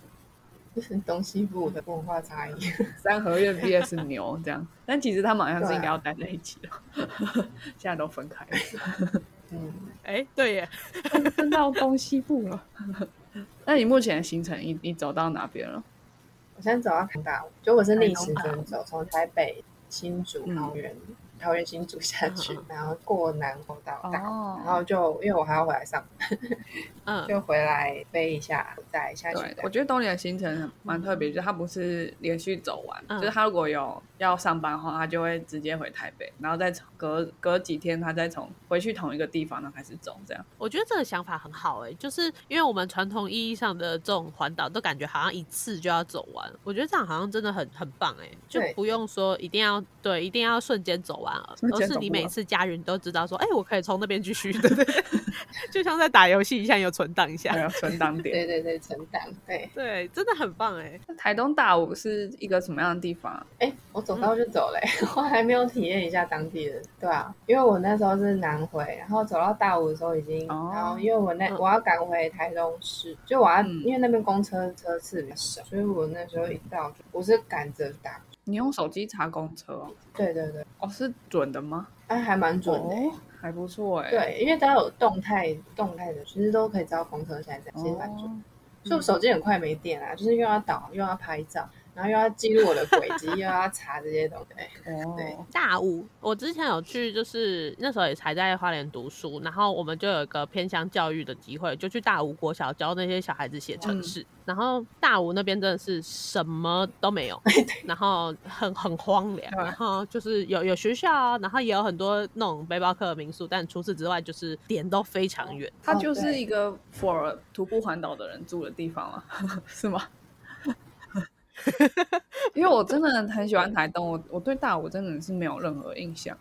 [SPEAKER 3] 嗯，东西部的文化差异。
[SPEAKER 1] 三合 院 VS 牛这样，但其实他们好像是
[SPEAKER 3] 对啊
[SPEAKER 1] 应该要待在一起的， 现在都分开了，
[SPEAKER 3] 嗯，
[SPEAKER 2] 哎、对耶，
[SPEAKER 1] 分到东西部了。 那你目前的行程，你你走到哪边了？
[SPEAKER 3] 嗯
[SPEAKER 1] 嗯
[SPEAKER 3] 我现在走到港大，就我是逆时针走，从台北、新竹、桃园，桃园新竹下去
[SPEAKER 2] 嗯嗯，
[SPEAKER 3] 然后过南过到大湖
[SPEAKER 1] 哦
[SPEAKER 3] 然后就因为我还要回来上班，
[SPEAKER 2] 嗯，
[SPEAKER 3] 就回来飞一下，再下去
[SPEAKER 1] 对，
[SPEAKER 3] 再
[SPEAKER 1] 我觉得东里的行程很蛮特别，就是他不是连续走完，
[SPEAKER 2] 嗯
[SPEAKER 1] 就是他如果有要上班的话，他就会直接回台北，然后再从隔隔几天他再从回去同一个地方，然后开始走这样。
[SPEAKER 2] 我觉得这个想法很好哎、就是因为我们传统意义上的这种环岛，都感觉好像一次就要走完。我觉得这样好像真的很很棒哎、就
[SPEAKER 3] 对
[SPEAKER 2] 不用说一定要对，一定要瞬间走完，而
[SPEAKER 1] 瞬
[SPEAKER 2] 而
[SPEAKER 1] 间
[SPEAKER 2] 是
[SPEAKER 1] 走
[SPEAKER 2] 你
[SPEAKER 1] 不
[SPEAKER 2] 每
[SPEAKER 1] 完
[SPEAKER 2] 次家人都知道说，哎、我可以从那边继续， 对对对，就像在打游戏一样，有存档一下
[SPEAKER 1] 还。有存 档点。
[SPEAKER 3] 对对对，成长对。
[SPEAKER 2] 对，真的很棒哎、
[SPEAKER 1] 那台东大武是一个什么样的地方啊？
[SPEAKER 3] 哎，我走到就走嘞、 我还没有体验一下当地人。对啊，因为我那时候是南回，然后走到大武的时候已经，
[SPEAKER 1] 哦
[SPEAKER 3] 然后因为我那、
[SPEAKER 2] 嗯
[SPEAKER 3] 我要赶回台中市，就我要、
[SPEAKER 1] 嗯
[SPEAKER 3] 因为那边公车车次比较少，所以我那时候一到就我是赶着打。
[SPEAKER 1] 你用手机查公车哦，
[SPEAKER 3] 对对对，
[SPEAKER 1] 哦是准的吗？
[SPEAKER 3] 哎、还蛮准的、
[SPEAKER 1] 哦，还不错哎、
[SPEAKER 3] 对，因为都有动态动态的，其实都可以知道公车现在在，其实蛮准的。
[SPEAKER 1] 哦，
[SPEAKER 3] 所以我手机很快没电啦、就是又要导又要拍照，然后又要记录我的轨 迹，又要查这些东西。哎对
[SPEAKER 1] 哦，
[SPEAKER 2] 大五，我之前有去，就是那时候也才在花莲读书，然后我们就有一个偏乡教育的机会，就去大五国小教那些小孩子写程式。然后大五那边真的是什么都没有，然后很很荒凉，
[SPEAKER 1] 对
[SPEAKER 2] 然后就是有有学校啊，然后也有很多那种背包客的民宿，但除此之外就是点都非常远。
[SPEAKER 1] 它
[SPEAKER 3] 哦
[SPEAKER 1] 就
[SPEAKER 3] 对
[SPEAKER 1] 是一个 for 徒步环岛的人住的地方嘛， 是吗？因为我真的很喜欢台东，我我对大武真的是没有任何印象。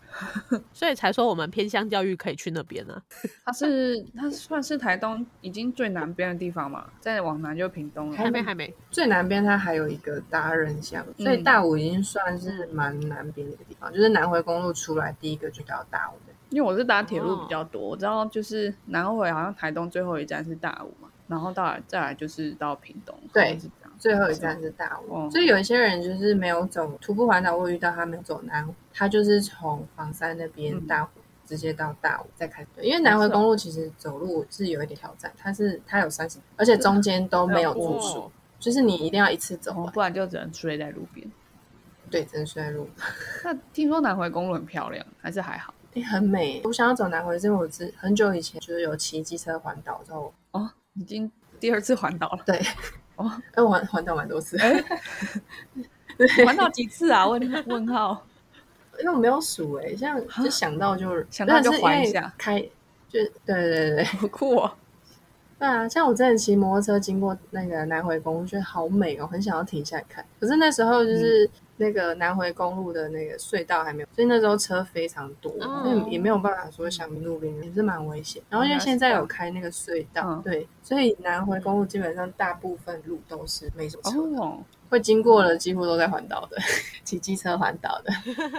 [SPEAKER 2] 所以才说我们偏乡教育可以去那边啊。
[SPEAKER 1] 它是它算是台东已经最南边的地方嘛，再往南就屏东了
[SPEAKER 2] 还。没还没，
[SPEAKER 3] 最南边它还有一个达人巷，所以
[SPEAKER 1] 嗯
[SPEAKER 3] 大武已经算是蛮南边的一个地方，就是南回公路出来第一个就到大武的。
[SPEAKER 1] 因为我是搭铁路
[SPEAKER 3] 哦
[SPEAKER 1] 比较多，我知道就是南回好像台东最后一站是大武嘛，然后到再来就是到屏东，
[SPEAKER 3] 对
[SPEAKER 1] 好像是这样。
[SPEAKER 3] 最后一站是大武，
[SPEAKER 1] 哦
[SPEAKER 3] 所以有一些人就是没有走徒步环岛，我有遇到他没有走南湖，他就是从房山那边
[SPEAKER 1] 嗯
[SPEAKER 3] 大湖、直接到大武再开始，因为南回公路其实走路是有一点挑战，它是它有三十，而且中间都没有
[SPEAKER 1] 哦
[SPEAKER 3] 住宿，就是你一定要一次走
[SPEAKER 1] 然后
[SPEAKER 3] 完，
[SPEAKER 1] 不然就只能睡在路边。
[SPEAKER 3] 对，真睡路。
[SPEAKER 1] 那听说南回公路很漂亮，还是还好？
[SPEAKER 3] 诶很美。我想要走南回，是因为我之很久以前就是有骑机车环岛之后，
[SPEAKER 1] 哦，已经第二次环岛了，
[SPEAKER 3] 对，
[SPEAKER 1] 哦，
[SPEAKER 3] 哎，我环环岛蛮多 次，
[SPEAKER 1] 哎环岛几次啊？问问号，
[SPEAKER 3] 因为我没有数哎，像就想到就
[SPEAKER 1] 啊想到就
[SPEAKER 3] 但是
[SPEAKER 1] 环一
[SPEAKER 3] 因为
[SPEAKER 1] 下
[SPEAKER 3] 开，就对对对对，
[SPEAKER 1] 好酷哦！
[SPEAKER 3] 对啊，像我之前骑摩托车经过那个南回公路，觉得好美哦，很想要停下来看。可是那时候
[SPEAKER 1] 嗯
[SPEAKER 3] 就是那个南回公路的那个隧道还没有，所以那时候车非常多，
[SPEAKER 2] 哦
[SPEAKER 3] 所以也没有办法说想路边也是蛮危险。然后因为现在有开那个隧道，
[SPEAKER 1] 嗯
[SPEAKER 3] 对，所以南回公路基本上大部分路都是没什么车，
[SPEAKER 1] 哦，
[SPEAKER 3] 会经过的几乎都在环岛的， 骑机车环岛的。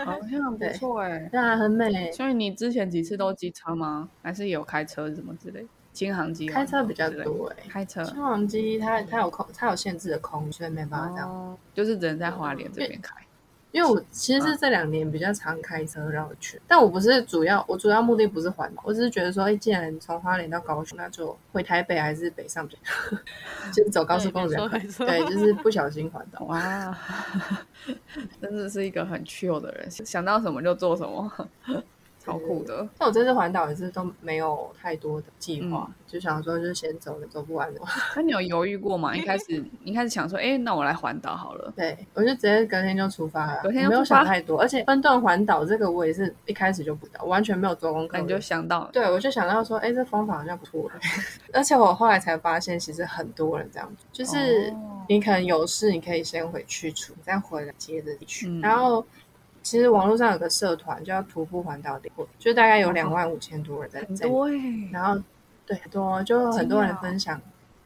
[SPEAKER 1] 好像不错哎。
[SPEAKER 3] 对啊，很美，
[SPEAKER 1] 所以你之前几次都机车吗？还是有开车什么之类？轻航机
[SPEAKER 3] 开车比较
[SPEAKER 1] 之类
[SPEAKER 3] 多哎、
[SPEAKER 1] 开车
[SPEAKER 3] 欸。新航机它它有空，它有限制的空，所以没办法这样。
[SPEAKER 1] 哦，就是只能在花莲这边开。
[SPEAKER 3] 因为我其
[SPEAKER 1] 嗯
[SPEAKER 3] 实是这两年比较常开车绕圈，但我不是主要，我主要目的不是环岛，我只是觉得说，哎，既然从花莲到高雄，那就回台北还是北上比较， 就是走高速公路比较快
[SPEAKER 2] 对没。错没
[SPEAKER 3] 对，
[SPEAKER 2] 错
[SPEAKER 3] 就是不小心环岛。
[SPEAKER 1] 哇， 真的是一个很 chill 的人，想到什么就做什么，超酷的。
[SPEAKER 3] 但我这次环岛也是都没有太多的计划，
[SPEAKER 1] 嗯
[SPEAKER 3] 就想说就先走，走不完的。
[SPEAKER 1] 那你有犹豫过吗？一开始，你一开始想说，哎，那我来环岛好了。
[SPEAKER 3] 对，我就直接隔天就出发了，
[SPEAKER 1] 隔天就
[SPEAKER 3] 我没有
[SPEAKER 1] 出发
[SPEAKER 3] 想太多，而且分段环岛这个我也是一开始就不知道，完全没有做功课，
[SPEAKER 1] 那你就想到，
[SPEAKER 3] 对，我就想到说，哎，这方法好像不错，欸 而且我后来才发现，其实很多人这样做，就是
[SPEAKER 1] 哦
[SPEAKER 3] 你可能有事，你可以先回去处，你再回来接着去。
[SPEAKER 1] 嗯
[SPEAKER 3] 然后，其实网络上有个社团叫徒步环岛领会，就大概有两万五千多人在
[SPEAKER 1] 很
[SPEAKER 3] 在，
[SPEAKER 1] 多哎、
[SPEAKER 3] 然后对很多，就很多人
[SPEAKER 1] 惊讶
[SPEAKER 3] 分享。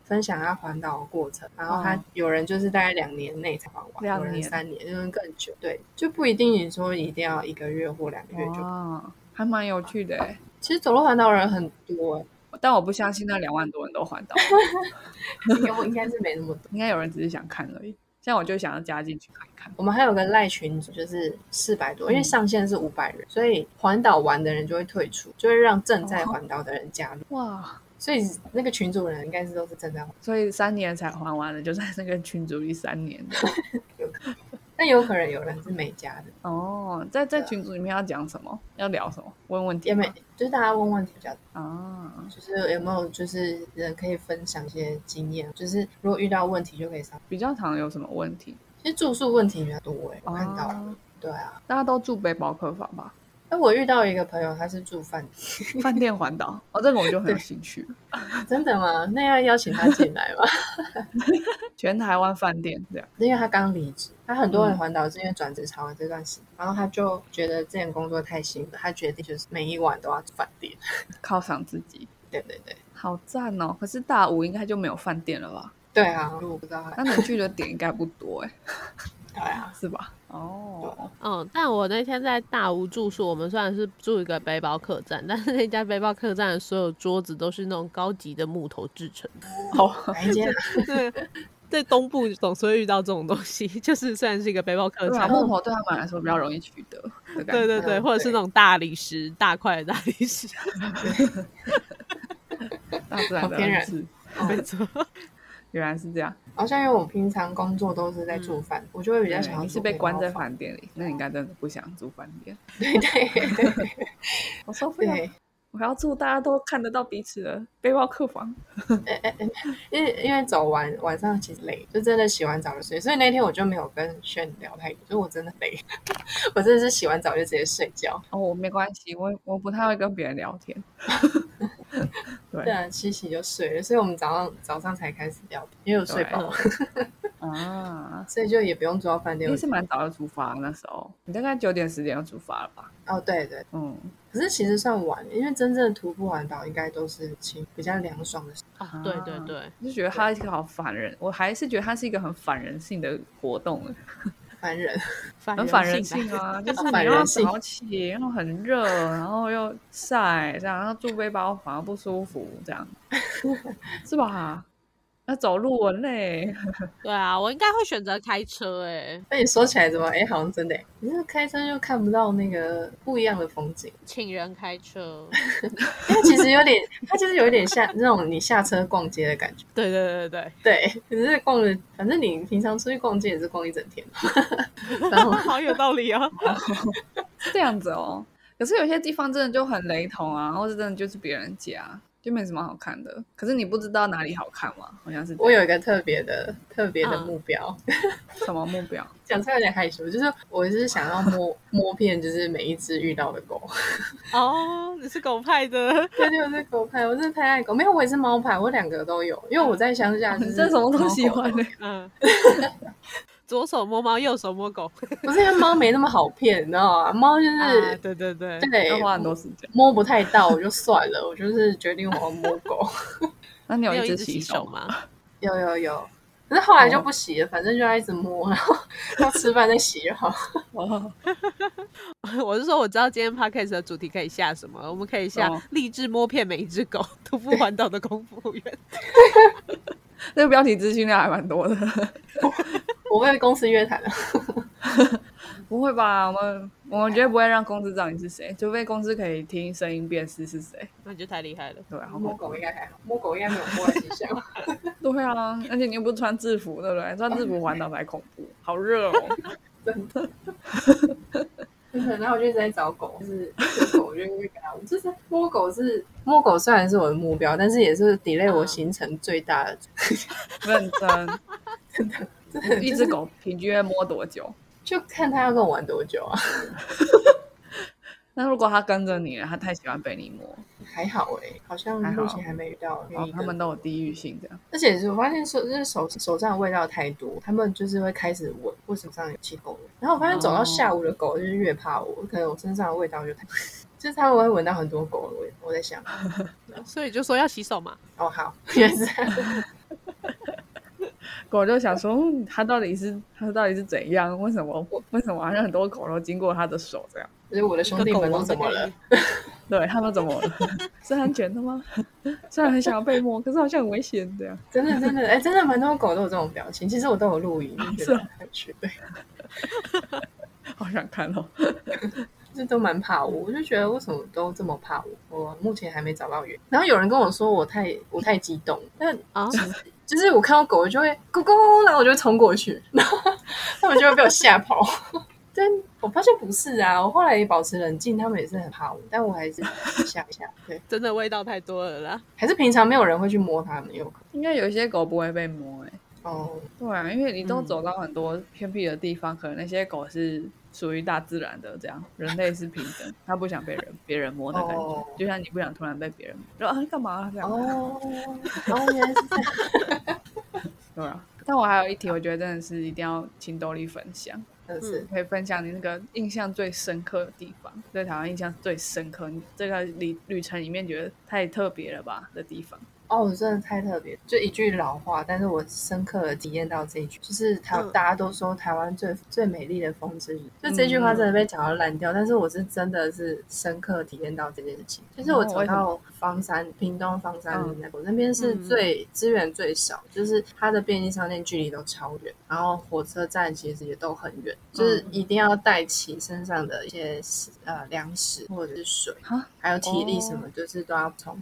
[SPEAKER 3] 分享他环岛的过程，然后
[SPEAKER 1] 哦
[SPEAKER 3] 他有人就是大概两年内才环完，
[SPEAKER 1] 两
[SPEAKER 3] 有人
[SPEAKER 1] 年
[SPEAKER 3] 三年，有人更久，对，就不一定你说一定要一个月或两个月就。
[SPEAKER 1] 哇，哦还蛮有趣的欸
[SPEAKER 3] 其实走路环岛的人很多、哎
[SPEAKER 1] 但我不相信那两万多人都环岛，
[SPEAKER 3] 应该应该是没那么多。
[SPEAKER 1] 应该有人只是想看而已。像我就想要加进去看一看。
[SPEAKER 3] 我们还有个赖群组，就是四百多，因为
[SPEAKER 1] 嗯
[SPEAKER 3] 上限是五百人，所以环岛玩的人就会退出，就会让正
[SPEAKER 1] 哦
[SPEAKER 3] 在环岛的人加入。
[SPEAKER 1] 哇，
[SPEAKER 3] 所以那个群组的人应该是都是正在环
[SPEAKER 1] 所以三年才还完了，就在那个群组里三年。
[SPEAKER 3] 岛。但有可能有人是美加的，
[SPEAKER 1] 哦，在在群组里面要讲什么？要聊什么？问问题
[SPEAKER 3] 也
[SPEAKER 1] 吗
[SPEAKER 3] 没就是大家问问题比较
[SPEAKER 1] 啊？
[SPEAKER 3] 就是有没有就是人可以分享一些经验，就是如果遇到问题就可以上。
[SPEAKER 1] 比较常有什么问题？
[SPEAKER 3] 其实住宿问题比较多哎、我看到了。
[SPEAKER 1] 哦
[SPEAKER 3] 对啊，
[SPEAKER 1] 大家都住背包客房吧？
[SPEAKER 3] 哎，我遇到一个朋友，他是住饭店，
[SPEAKER 1] 饭店环岛哦，这个我就很有兴趣。
[SPEAKER 3] 真的吗？那要邀请他进来吗？
[SPEAKER 1] 全台湾饭店这样，
[SPEAKER 3] 因为他刚离职，他很多人
[SPEAKER 1] 嗯
[SPEAKER 3] 环岛是因为转职潮的这段时间，然后他就觉得之前工作太辛苦，他决定就是每一晚都要住饭店。
[SPEAKER 1] 犒赏自己，
[SPEAKER 3] 对对对，
[SPEAKER 1] 好赞哦！可是大五应该就没有饭店了吧？
[SPEAKER 3] 对啊，我不知道他，
[SPEAKER 1] 那能去的点应该不多哎、
[SPEAKER 3] 对啊，
[SPEAKER 1] 是吧？哦，
[SPEAKER 2] 嗯，但我那天在大屋住宿，我们虽然是住一个背包客栈，但是那家背包客栈的所有桌子都是那种高级的木头制成的。
[SPEAKER 1] 好，
[SPEAKER 3] 哪一间啊？
[SPEAKER 2] 对，在东部总是会遇到这种东西， 就是虽然是一个背包客
[SPEAKER 1] 对啊，
[SPEAKER 2] 栈，
[SPEAKER 1] 木头对他们来说比较容易取得的感
[SPEAKER 2] 对
[SPEAKER 1] 觉。
[SPEAKER 2] 对对，
[SPEAKER 3] 嗯
[SPEAKER 2] 或者是
[SPEAKER 3] 哦对
[SPEAKER 2] 那种大理石、大块的大理 石，
[SPEAKER 1] 大自然
[SPEAKER 3] 好
[SPEAKER 1] 的
[SPEAKER 3] 天然
[SPEAKER 1] 恩赐
[SPEAKER 2] 没 错。
[SPEAKER 1] 原来是这样。
[SPEAKER 3] 好像因为我平常工作都是在住饭，我就会比较想要
[SPEAKER 1] 嗯你是
[SPEAKER 3] 住
[SPEAKER 1] 被关在
[SPEAKER 3] 背包
[SPEAKER 1] 饭店里，那你应该真的不想住饭店。
[SPEAKER 3] 房， 对对
[SPEAKER 1] 我受不了，
[SPEAKER 3] 对，
[SPEAKER 1] 哦我还要住大家都看得到彼此的背包客房。
[SPEAKER 3] 因为因为走完晚上其实累，就真的洗完澡就睡，所以那天我就没有跟轩聊太多，就我真的累， 我真的是洗完澡就直接睡觉。
[SPEAKER 1] 哦，我没关系，我我不太会跟别人聊 天。对
[SPEAKER 3] 对啊，七洗就睡了，所以我们早上早上才开始聊，因为我睡饱，
[SPEAKER 1] 啊，
[SPEAKER 3] 所以就也不用住到饭店
[SPEAKER 1] 你。是蛮早就出发那时候，你大概九点十点就出发了吧？
[SPEAKER 3] 哦，对对，
[SPEAKER 1] 嗯，
[SPEAKER 3] 可是其实算晚，因为真正的徒步环岛应该都是轻比较凉爽的时候。
[SPEAKER 2] 啊，对对对，
[SPEAKER 1] 就觉得它是一个好反人，我还是觉得它是一个很反人性的活动，欸
[SPEAKER 3] 烦人，
[SPEAKER 1] 很反人性啊！就是你
[SPEAKER 3] 反
[SPEAKER 1] 又要
[SPEAKER 3] 人性
[SPEAKER 1] 早起，然后很热，然后又晒，这样，然后住背包反而不舒服，这样是吧？那走路很累，
[SPEAKER 2] 对啊，我应该会选择开车哎、
[SPEAKER 3] 那你说起来怎么？哎，好像真的诶，你这开车就看不到那个不一样的风景。
[SPEAKER 2] 请人开车。
[SPEAKER 3] 它其实有点，它就是有一点像那种你下车逛街的感觉。
[SPEAKER 2] 对对对对对。
[SPEAKER 3] 对，可是逛了，反正你平常出去逛街也是逛一整天。 然 后
[SPEAKER 2] 好有道理哦！
[SPEAKER 1] 是这样子哦。可是有些地方真的就很雷同啊，或者真的就是别人家，就没什么好看的。可是你不知道哪里好看吗？好像是这
[SPEAKER 3] 我
[SPEAKER 1] 样
[SPEAKER 3] 有一个特别的、特别的目标，
[SPEAKER 1] 什么目标？
[SPEAKER 3] 讲出来有点害羞，就是我就是想要摸摸遍，就是每一只遇到的狗。
[SPEAKER 2] 哦，你是狗派的，
[SPEAKER 3] 对对，我是狗派，我真的太爱狗。没有，我也是猫派，我两个都有，因为我在乡下、
[SPEAKER 1] 嗯
[SPEAKER 3] 就
[SPEAKER 1] 哦你
[SPEAKER 3] 是
[SPEAKER 1] 这什么都喜
[SPEAKER 3] 猫狗
[SPEAKER 1] 欢的？
[SPEAKER 2] 嗯，左手摸猫，右手摸狗，
[SPEAKER 3] 不是因为猫没那么好骗，你知道吗？猫就是、
[SPEAKER 2] 啊，对对 对，
[SPEAKER 3] 对
[SPEAKER 1] 要花很多时间。
[SPEAKER 3] 摸不太到，我就算了，我就是决定我要摸狗。
[SPEAKER 1] 那你
[SPEAKER 2] 你
[SPEAKER 1] 有
[SPEAKER 2] 有
[SPEAKER 1] 一
[SPEAKER 2] 一
[SPEAKER 1] 只
[SPEAKER 2] 直
[SPEAKER 1] 洗
[SPEAKER 2] 洗手
[SPEAKER 1] 手吗？
[SPEAKER 2] 吗？
[SPEAKER 3] 有有有，可是后来
[SPEAKER 1] 哦
[SPEAKER 3] 就不洗了，反正就要一直摸，然后到吃饭再洗就好。
[SPEAKER 1] 哦，
[SPEAKER 2] 我是说，我知道今天 podcast 的主题可以下什么，我们可以下
[SPEAKER 1] 哦
[SPEAKER 2] 励志摸遍每一只狗，徒步环岛的功夫员。
[SPEAKER 1] 这个标题资讯量还蛮多的。
[SPEAKER 3] 我被公司约谈了，
[SPEAKER 1] 不会吧？我们我们绝对不会让公司知道你是谁，除非公司可以听声音辨识是谁。
[SPEAKER 2] 那你就太厉害了，
[SPEAKER 1] 对啊，好
[SPEAKER 3] 摸
[SPEAKER 1] 恐
[SPEAKER 3] 狗应该还好，摸狗应该没有摸到迹象。
[SPEAKER 1] 怖对啊，而且你又不穿制服，对不对？穿制服环岛才恐怖，好热哦。
[SPEAKER 3] 真的，然后我就一直在找狗，就是这狗，我就会跟它，就是摸狗是摸狗，虽然是我的目标，但是也是 delay
[SPEAKER 1] 嗯
[SPEAKER 3] 我行程最大的。
[SPEAKER 1] 认 真，
[SPEAKER 3] 真的，
[SPEAKER 1] 一只狗平均会摸多久？
[SPEAKER 3] 就看它要跟我玩多久啊，
[SPEAKER 1] 那如果它跟着你了，它太喜欢被你摸，
[SPEAKER 3] 还好哎、好像
[SPEAKER 1] 还好
[SPEAKER 3] 目前还没遇到
[SPEAKER 1] 然
[SPEAKER 3] 愿
[SPEAKER 1] 后
[SPEAKER 3] 意
[SPEAKER 1] 它
[SPEAKER 3] 跟
[SPEAKER 1] 们都有地域性这样。
[SPEAKER 3] 而且是我发现手就是手手上的味道太多，他们就是会开始闻我手上有气狗味。然后我发现走到下午的狗就是越怕我，可能我身上的味道就太， 就是他们会闻到很多狗的味。我在想，
[SPEAKER 2] 所以就说要洗手嘛。
[SPEAKER 3] 哦好， 原来是这样。
[SPEAKER 1] 狗就想说，嗯，它到底是它到底是怎样？为什么为什么好像很多狗都经过它的手这样？
[SPEAKER 3] 就是我的兄弟们都怎么了？
[SPEAKER 1] 对他们怎么了？ 是安全的吗？ 虽然很想要被摸，可是好像很危险这样。
[SPEAKER 3] 真的真的，哎、真的蛮多狗都有这种表情。其实我都有录
[SPEAKER 1] 啊
[SPEAKER 3] 影，觉得很有趣，对，
[SPEAKER 1] 好想看哦。
[SPEAKER 3] 就是都蛮怕我。我就觉得为什么都这么怕我？我目前还没找到原因。然后有人跟我说我太我太激动，但
[SPEAKER 2] 啊，
[SPEAKER 3] 就是我看到狗，我就会咕咕咕，然后我就会冲过去，然后 他们就会被我吓跑。但我发现不是啊，我后来也保持冷静，他们也是很怕我，但我还是吓一吓。对，
[SPEAKER 2] 真的味道太多了啦。
[SPEAKER 3] 还是平常没有人会去摸它们，有可
[SPEAKER 1] 应该有一些狗不会被摸哎、
[SPEAKER 3] 能哦。
[SPEAKER 1] 对啊，因为你都
[SPEAKER 2] 嗯
[SPEAKER 1] 走到很多偏僻的地方，可能那些狗是属于大自然的，这样人类是平等，它不想被人别人摸的感觉，
[SPEAKER 3] 哦
[SPEAKER 1] 就像你不想突然被别人摸，然后啊你干嘛、啊、这样？
[SPEAKER 3] 哦，哦，原来是这 样。
[SPEAKER 1] 对啊。但我还有一题，我觉得真的是一定要请斗笠分享，
[SPEAKER 3] 真的是
[SPEAKER 1] 可以分享你那个印象最深刻的地方，对台湾印象最深刻，你这个旅旅程里面觉得太特别了吧的地方。
[SPEAKER 3] 哦，真的太特别，就一句老话，但是我深刻的体验到这一句，就是台、
[SPEAKER 2] 嗯
[SPEAKER 3] 大家都说台湾最最美丽的风之旅，就这句
[SPEAKER 1] 嗯
[SPEAKER 3] 话真的被讲到烂掉，但是我是真的是深刻体验到这件事情，就是我
[SPEAKER 1] 哦
[SPEAKER 3] 走
[SPEAKER 1] 为什么
[SPEAKER 3] 到方山，屏东方山
[SPEAKER 1] 嗯
[SPEAKER 3] 那个、那边是
[SPEAKER 2] 嗯
[SPEAKER 3] 最资源最少，就是它的便利商店距离都超远，然后火车站其实也都很远，
[SPEAKER 1] 嗯
[SPEAKER 3] 就是一定要带齐身上的一些呃粮食或者是水
[SPEAKER 1] 哈，
[SPEAKER 3] 还有体力什么，
[SPEAKER 1] 哦
[SPEAKER 3] 就是都要从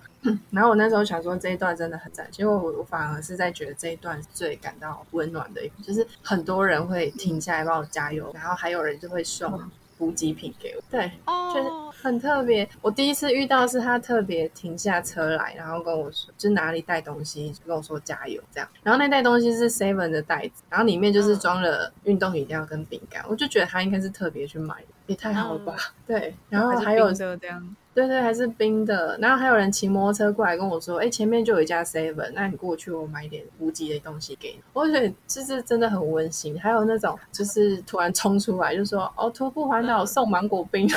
[SPEAKER 3] 然后我那时候想说这一段真的很赞，结果我我反而是在觉得这一段最感到温暖的一个，就是很多人会停下来帮我加油，然后还有人就会送
[SPEAKER 1] 嗯
[SPEAKER 3] 补给品给我，对，就是
[SPEAKER 2] 哦，
[SPEAKER 3] 很特别。我第一次遇到是他特别停下车来，然后跟我说，就哪里带东西，就跟我说加油这样。然后那袋东西是 Seven 的袋子，然后里面
[SPEAKER 1] 嗯
[SPEAKER 3] 就是装了运动饮料跟饼干，我就觉得他应该是特别去买的，也太好了吧？对，然后
[SPEAKER 1] 嗯是
[SPEAKER 3] 还有
[SPEAKER 1] 冰的这样，
[SPEAKER 3] 对对，还是冰的。然后还有人骑摩托车过来跟我说：“哎，前面就有一家 Seven，那你过去，我买一点无极的东西给你。”我觉得就是真的很温馨。还有那种就是突然冲出来就说：“哦，徒步环岛送芒果冰。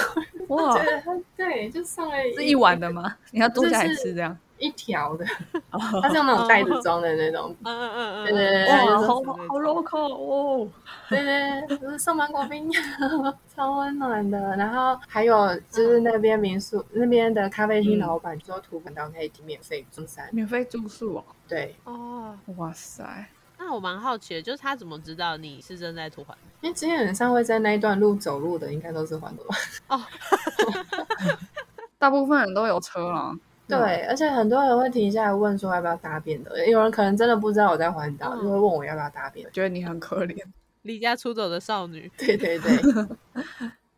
[SPEAKER 3] 哦
[SPEAKER 1] 哇，
[SPEAKER 3] 对他对，就送了
[SPEAKER 1] 是一碗的吗？你要多下来吃这样？
[SPEAKER 3] 一条 的，
[SPEAKER 1] 哦
[SPEAKER 3] 它是用那种袋子装的那种。
[SPEAKER 2] 嗯嗯嗯嗯，
[SPEAKER 3] 对对对
[SPEAKER 2] 嗯
[SPEAKER 3] 对
[SPEAKER 1] 哇，
[SPEAKER 3] 就是
[SPEAKER 1] 好好 local 哦！
[SPEAKER 3] 对对对，就是送芒果冰，啊 超温暖的。然后还有就是那边民宿、那边的咖啡
[SPEAKER 1] 嗯
[SPEAKER 3] 厅老板说，徒步环岛可以免费中山。
[SPEAKER 1] 免费住宿哦，
[SPEAKER 3] 对，
[SPEAKER 2] 哦，
[SPEAKER 1] 哇塞！
[SPEAKER 2] 那我蛮好奇的，就是他怎么知道你是正在涂环？
[SPEAKER 3] 因为基本上会在那一段路走路的，应该都是环岛吧。
[SPEAKER 1] 大部分人都有车啦，
[SPEAKER 3] 对，而且很多人会停下来问说要不要搭便的，有人可能真的不知道我在环岛，
[SPEAKER 2] 嗯
[SPEAKER 3] 就会问我要不要搭便。
[SPEAKER 1] 觉得你很可怜。
[SPEAKER 2] 离家出走的少女
[SPEAKER 3] 对对对，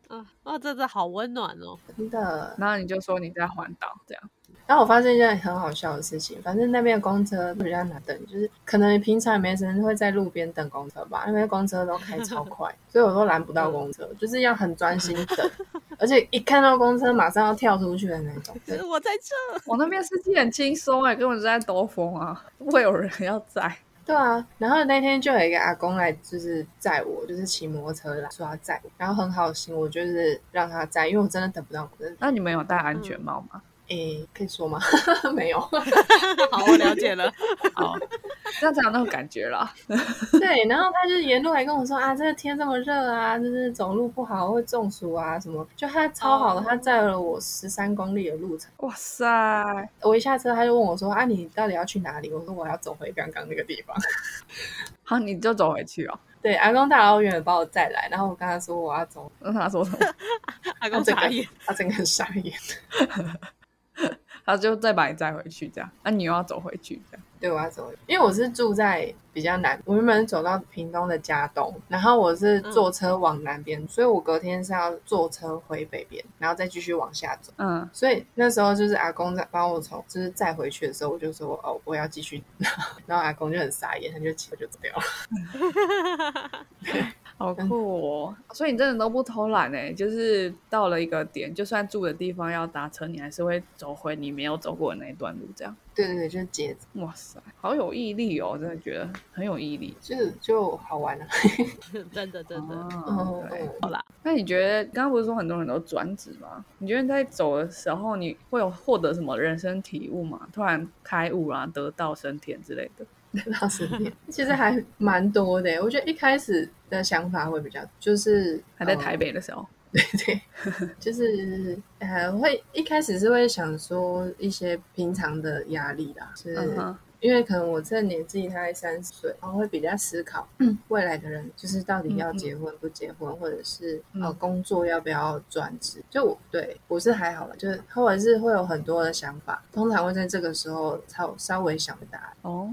[SPEAKER 2] 啊，哦，真的好温暖哦。
[SPEAKER 3] 真的。
[SPEAKER 1] 然后你就说你在环岛这样，
[SPEAKER 3] 然后我发现一件很好笑的事情，反正那边的公车比较难等，就是可能平常也没什么人会在路边等公车吧，因为公车都开超快，所以我都拦不到公车，就是要很专心等，而且一看到公车马上要跳出去的那种。对
[SPEAKER 2] 我在这，
[SPEAKER 1] 我那边司机很轻松哎，根本就在兜风啊，不会有人要载。
[SPEAKER 3] 对啊，然后那天就有一个阿公来，就是载我，就是骑摩托车来说要载我，然后很好心，我就是让他载，因为我真的等不到我真的
[SPEAKER 1] 那你们有戴安全帽吗？
[SPEAKER 3] 诶，可以说吗？ 没 有。
[SPEAKER 2] 好，我了解了。
[SPEAKER 1] 哦，这样才有那种感觉啦。
[SPEAKER 3] 对，然后他就沿路还跟我说啊，这个天这么热啊，就是走路不好会中暑啊什么，就他超好的，
[SPEAKER 2] 哦
[SPEAKER 3] 他载了我十三公里的路程。
[SPEAKER 1] 哇塞，
[SPEAKER 3] 我一下车他就问我说啊，你到底要去哪里？我说我要走回刚刚那个地方。
[SPEAKER 1] 好，你就走回去哦。
[SPEAKER 3] 对，阿公大老远地把我载来，然后我跟他说我要走，
[SPEAKER 1] 那嗯他 说什么？
[SPEAKER 2] 阿
[SPEAKER 3] 他
[SPEAKER 2] 公
[SPEAKER 3] 整个
[SPEAKER 2] 眨眼，
[SPEAKER 3] 他整个很傻眼。
[SPEAKER 1] 他就再把你载回去这样，那、你又要走回去这样。
[SPEAKER 3] 对，我要走，因为我是住在比较南，我原本是走到屏东的嘉东，然后我是
[SPEAKER 1] 嗯
[SPEAKER 3] 坐车往南边，所以我隔天是要坐车回北边，然后再继续往下走。
[SPEAKER 1] 嗯，
[SPEAKER 3] 所以那时候就是阿公在帮我从就是载回去的时候，我就说哦，我要继续， 然后阿公就很傻眼，他就骑就走掉了。
[SPEAKER 1] 好酷哦！所以你真的都不偷懒哎，就是到了一个点，就算住的地方要搭车，你还是会走回你没有走过的那一段路这样。
[SPEAKER 3] 对对对，就是截止，
[SPEAKER 1] 哇塞，好有毅力哦！真的觉得很有毅力。
[SPEAKER 3] 就是就好玩了、啊。嗯
[SPEAKER 2] 真的真的。
[SPEAKER 1] 哦，对。
[SPEAKER 2] 好啦，
[SPEAKER 1] 那你觉得刚刚不是说很多人都转职吗？你觉得在走的时候，你会有获得什么人生体悟吗？突然开悟啊，得道升天之类的？
[SPEAKER 3] 到十点，其实还蛮多的耶。欸我觉得一开始的想法会比较，就是
[SPEAKER 1] 还在
[SPEAKER 3] 嗯
[SPEAKER 1] 台北的时候，
[SPEAKER 3] 对，就是呃，会一开始是会想说一些平常的压力啦，是、
[SPEAKER 1] 嗯哼，
[SPEAKER 3] 因为可能我这个年纪大概三十岁，然后会比较思考、
[SPEAKER 1] 嗯
[SPEAKER 3] 未来的人就是到底要结婚不结婚，或者是呃
[SPEAKER 1] 嗯
[SPEAKER 3] 工作要不要转职。就我对我是还好了，就是或者是会有很多的想法，通常会在这个时候稍稍微想答案。
[SPEAKER 1] 哦，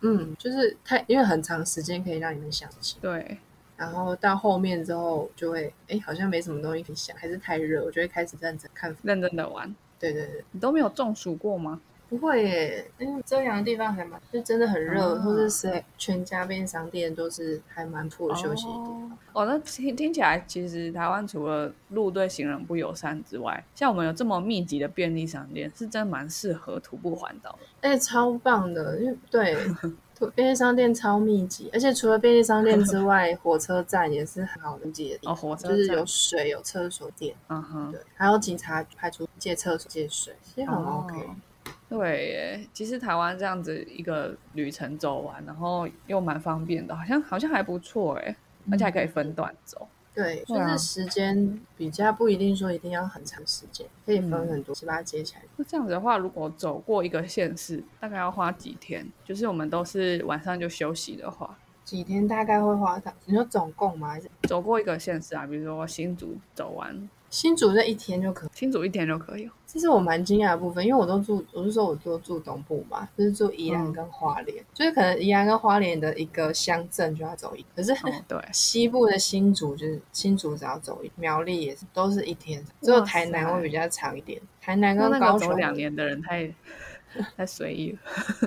[SPEAKER 3] 嗯，就是太因为很长时间可以让你们想清。
[SPEAKER 1] 对，
[SPEAKER 3] 然后到后面之后就会，哎，好像没什么东西可以想，还是太热，我就会开始认真看。
[SPEAKER 1] 认真的玩。
[SPEAKER 3] 对对对，
[SPEAKER 1] 你都没有中暑过吗？
[SPEAKER 3] 不会耶，因为遮阳的地方还蛮，就真的很热，
[SPEAKER 1] 啊
[SPEAKER 3] 或者是全家便利商店都是还蛮富的休息地方。
[SPEAKER 1] 哦哦，那听听起来，其实台湾除了路对行人不友善之外，像我们有这么密集的便利商店，是真的蛮适合徒步环岛的。
[SPEAKER 3] 哎、超棒的，因为 对，土便利商店超密集，而且除了便利商店之 外，火车站也是很好的接地
[SPEAKER 1] 哦，火车
[SPEAKER 3] 就是
[SPEAKER 1] 站
[SPEAKER 3] 有水、有厕所、电，
[SPEAKER 1] 嗯哼，
[SPEAKER 3] 对，还有警察派出借厕所、借水，其实很 OK。
[SPEAKER 1] 哦对耶，其实台湾这样子一个旅程走完，然后又蛮方便的，好像好像还不错哎，
[SPEAKER 3] 嗯
[SPEAKER 1] 而且还可以分段走。
[SPEAKER 3] 对，就
[SPEAKER 1] 对啊
[SPEAKER 3] 是时间比较不一定说一定要很长时间，可以分
[SPEAKER 1] 嗯
[SPEAKER 3] 很多，是把它接起来。
[SPEAKER 1] 那这样子的话，如果走过一个县市，大概要花几天？就是我们都是晚上就休息的话，
[SPEAKER 3] 几天大概会花到？你说总共吗？还是
[SPEAKER 1] 走过一个县市啊，比如说新竹走完，
[SPEAKER 3] 新竹这一天就可以？
[SPEAKER 1] 新竹一天就可以了。
[SPEAKER 3] 这是我蛮惊讶的部分，因为我都住，我是说我都住东部嘛，就是住宜兰
[SPEAKER 1] 嗯
[SPEAKER 3] 跟花莲，就是可能宜兰跟花莲的一个乡镇就要走一，可是、
[SPEAKER 1] 哦，对，
[SPEAKER 3] 西部的新竹就是新竹只要走一，苗栗也是都是一天，只有台南会比较长一点，台南
[SPEAKER 1] 那
[SPEAKER 3] 跟
[SPEAKER 1] 那
[SPEAKER 3] 高
[SPEAKER 1] 个走
[SPEAKER 3] 雄
[SPEAKER 1] 两年的人太 太随意了。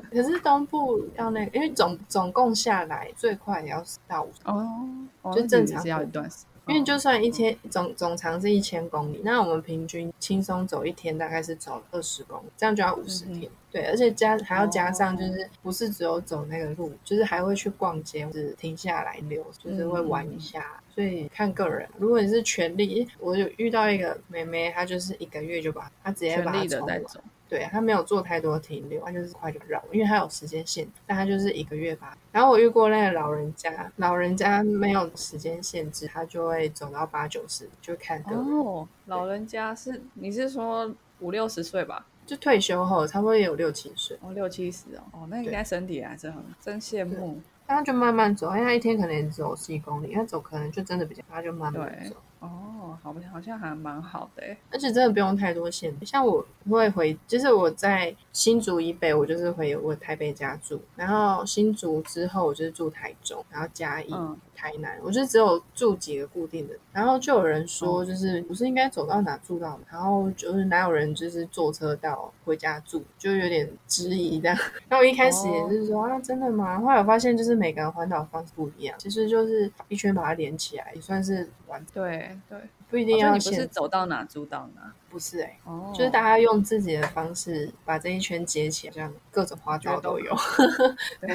[SPEAKER 3] 可是东部要那个，因为总总共下来最快也要到五十，
[SPEAKER 1] 哦，哦
[SPEAKER 3] 就
[SPEAKER 1] 那
[SPEAKER 3] 正
[SPEAKER 1] 其实
[SPEAKER 3] 常
[SPEAKER 1] 是要
[SPEAKER 3] 步
[SPEAKER 1] 一段时哦间，
[SPEAKER 3] 因为就算一天总总长是一千公里，那我们平均轻松走一天大概是走二十公里，这样就要五十
[SPEAKER 1] 嗯哼
[SPEAKER 3] 天。对，而且加还要加上
[SPEAKER 1] 哦
[SPEAKER 3] 就是不是只有走那个路，就是还会去逛街，就是停下来溜，就是会玩一下。所以看个人，如果你是全力，我有遇到一个妹妹，她就是一个月就把她直接把
[SPEAKER 1] 全
[SPEAKER 3] 它
[SPEAKER 1] 力的
[SPEAKER 3] 冲
[SPEAKER 1] 在
[SPEAKER 3] 完
[SPEAKER 1] 走。
[SPEAKER 3] 对他没有做太多停留，他就是快就绕，因为他有时间限制，但他就是一个月吧。然后我遇过那个老人家，老人家没有时间限制，他就会走到八九十，就看个人、
[SPEAKER 1] 哦，老人家是你是说五六十岁吧？
[SPEAKER 3] 就退休后差不多也有六七岁，
[SPEAKER 1] 哦，六七十哦，哦，那应
[SPEAKER 3] 对
[SPEAKER 1] 该身体还是很，真羡慕。
[SPEAKER 3] 但他就慢慢走，因为他一天可能也只有十一公里，他走可能就真的比较，他就慢慢
[SPEAKER 1] 对
[SPEAKER 3] 走。
[SPEAKER 1] 哦，好像好像还蛮好的欸诶。
[SPEAKER 3] 而且真的不用太多限制，像我会回，就是我在新竹以北，我就是回我台北家住，然后新竹之后我就是住台中，然后嘉义、
[SPEAKER 1] 嗯
[SPEAKER 3] 台南，我就只有住几个固定的。然后就有人
[SPEAKER 1] 哦
[SPEAKER 3] 说，就是不是应该走到哪住到哪，然后就是哪有人就是坐车到回家住，就有点质疑这样。然后我一开始
[SPEAKER 1] 哦
[SPEAKER 3] 也是说、啊，真的吗？后来我发现就是每个人环岛方式不一样，其实就是一圈把它连起来，也算是完，
[SPEAKER 1] 对对，哦
[SPEAKER 3] 不一
[SPEAKER 1] 所以
[SPEAKER 3] 定
[SPEAKER 1] 你
[SPEAKER 3] 要
[SPEAKER 1] 不
[SPEAKER 3] 限
[SPEAKER 1] 是
[SPEAKER 3] 制，
[SPEAKER 1] 走到哪住到哪。
[SPEAKER 3] 不是哎、
[SPEAKER 1] 哦，
[SPEAKER 3] 就是大家用自己的方式把这一圈结起来，这样各种花招都有。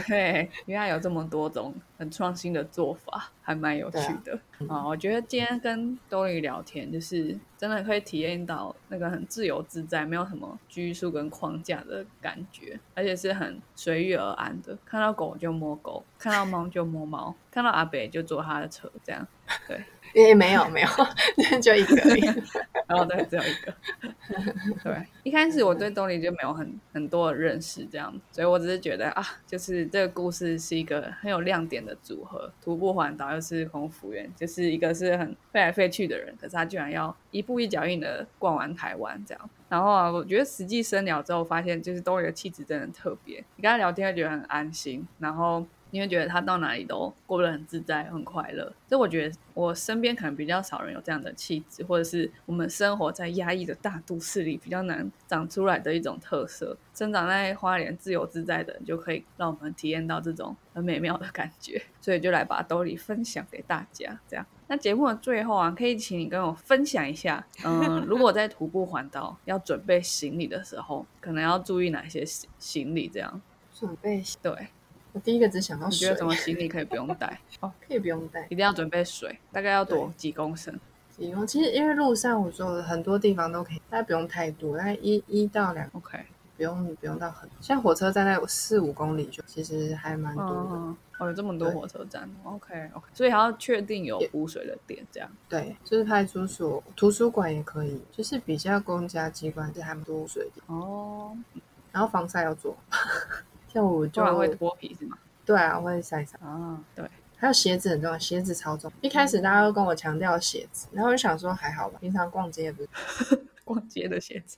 [SPEAKER 1] 对，原来有这么多种很创新的做法，还蛮有趣的
[SPEAKER 3] 对啊嗯
[SPEAKER 1] 啊、我觉得今天跟多莉聊天，就是真的可以体验到那个很自由自在，没有什么拘束跟框架的感觉，而且是很随遇而安的。看到狗就摸狗，看到猫就摸猫，看到阿北就坐他的车，这样。
[SPEAKER 3] 也、没有没有， 就一个而已。
[SPEAKER 1] 然后对，只有一个。 对，一开始我对东尼就没有很很多的认识，这样，所以我只是觉得啊，就是这个故事是一个很有亮点的组合，徒步环岛又是空服员，就是一个是很飞来飞去的人，可是他居然要一步一脚印的逛完台湾这样。然后啊，我觉得实际深聊之后，发现就是东尼的气质真的很特别，你跟他聊天会觉得很安心，然后你会觉得他到哪里都过得很自在、很快乐。所以我觉得我身边可能比较少人有这样的气质，或者是我们生活在压抑的大都市里比较难长出来的一种特色。生长在花莲自由自在的人，就可以让我们体验到这种很美妙的感觉。所以就来把兜里分享给大家，这样。那节目的最后啊，可以请你跟我分享一下，嗯、如果在徒步环岛要准备行李的时候，可能要注意哪些行行李？这样
[SPEAKER 3] 准备，
[SPEAKER 1] 对，
[SPEAKER 3] 我第一个只想到
[SPEAKER 1] 你觉
[SPEAKER 3] 水
[SPEAKER 1] 得，什么行李可以不用带？哦，
[SPEAKER 3] 可以不用带
[SPEAKER 1] 一。定要准备水，大概要多几公升？
[SPEAKER 3] 因为其实因为路上我说很多地方都可以，但不用太多，但一一到两
[SPEAKER 1] OK，
[SPEAKER 3] 不用不用到很。像火车站在四五公里就其实还蛮多的。
[SPEAKER 1] 嗯，哦，有这么多
[SPEAKER 3] 对
[SPEAKER 1] 火车站，OK OK，所以还要确定有补水的点，这样。
[SPEAKER 3] 对，就是派出所、图书馆也可以，就是比较公家机关是还蛮多水的。
[SPEAKER 1] 哦，
[SPEAKER 3] 然后防晒要做， 像我
[SPEAKER 1] 不
[SPEAKER 3] 就
[SPEAKER 1] 然会脱皮是吗？
[SPEAKER 3] 对啊，我会晒伤。
[SPEAKER 1] 啊，对，
[SPEAKER 3] 还有鞋子很重要，鞋子超重要。一开始大家都跟我强调鞋子，然后我就想说还好吧，平常逛街也不是，
[SPEAKER 1] 逛街的鞋子。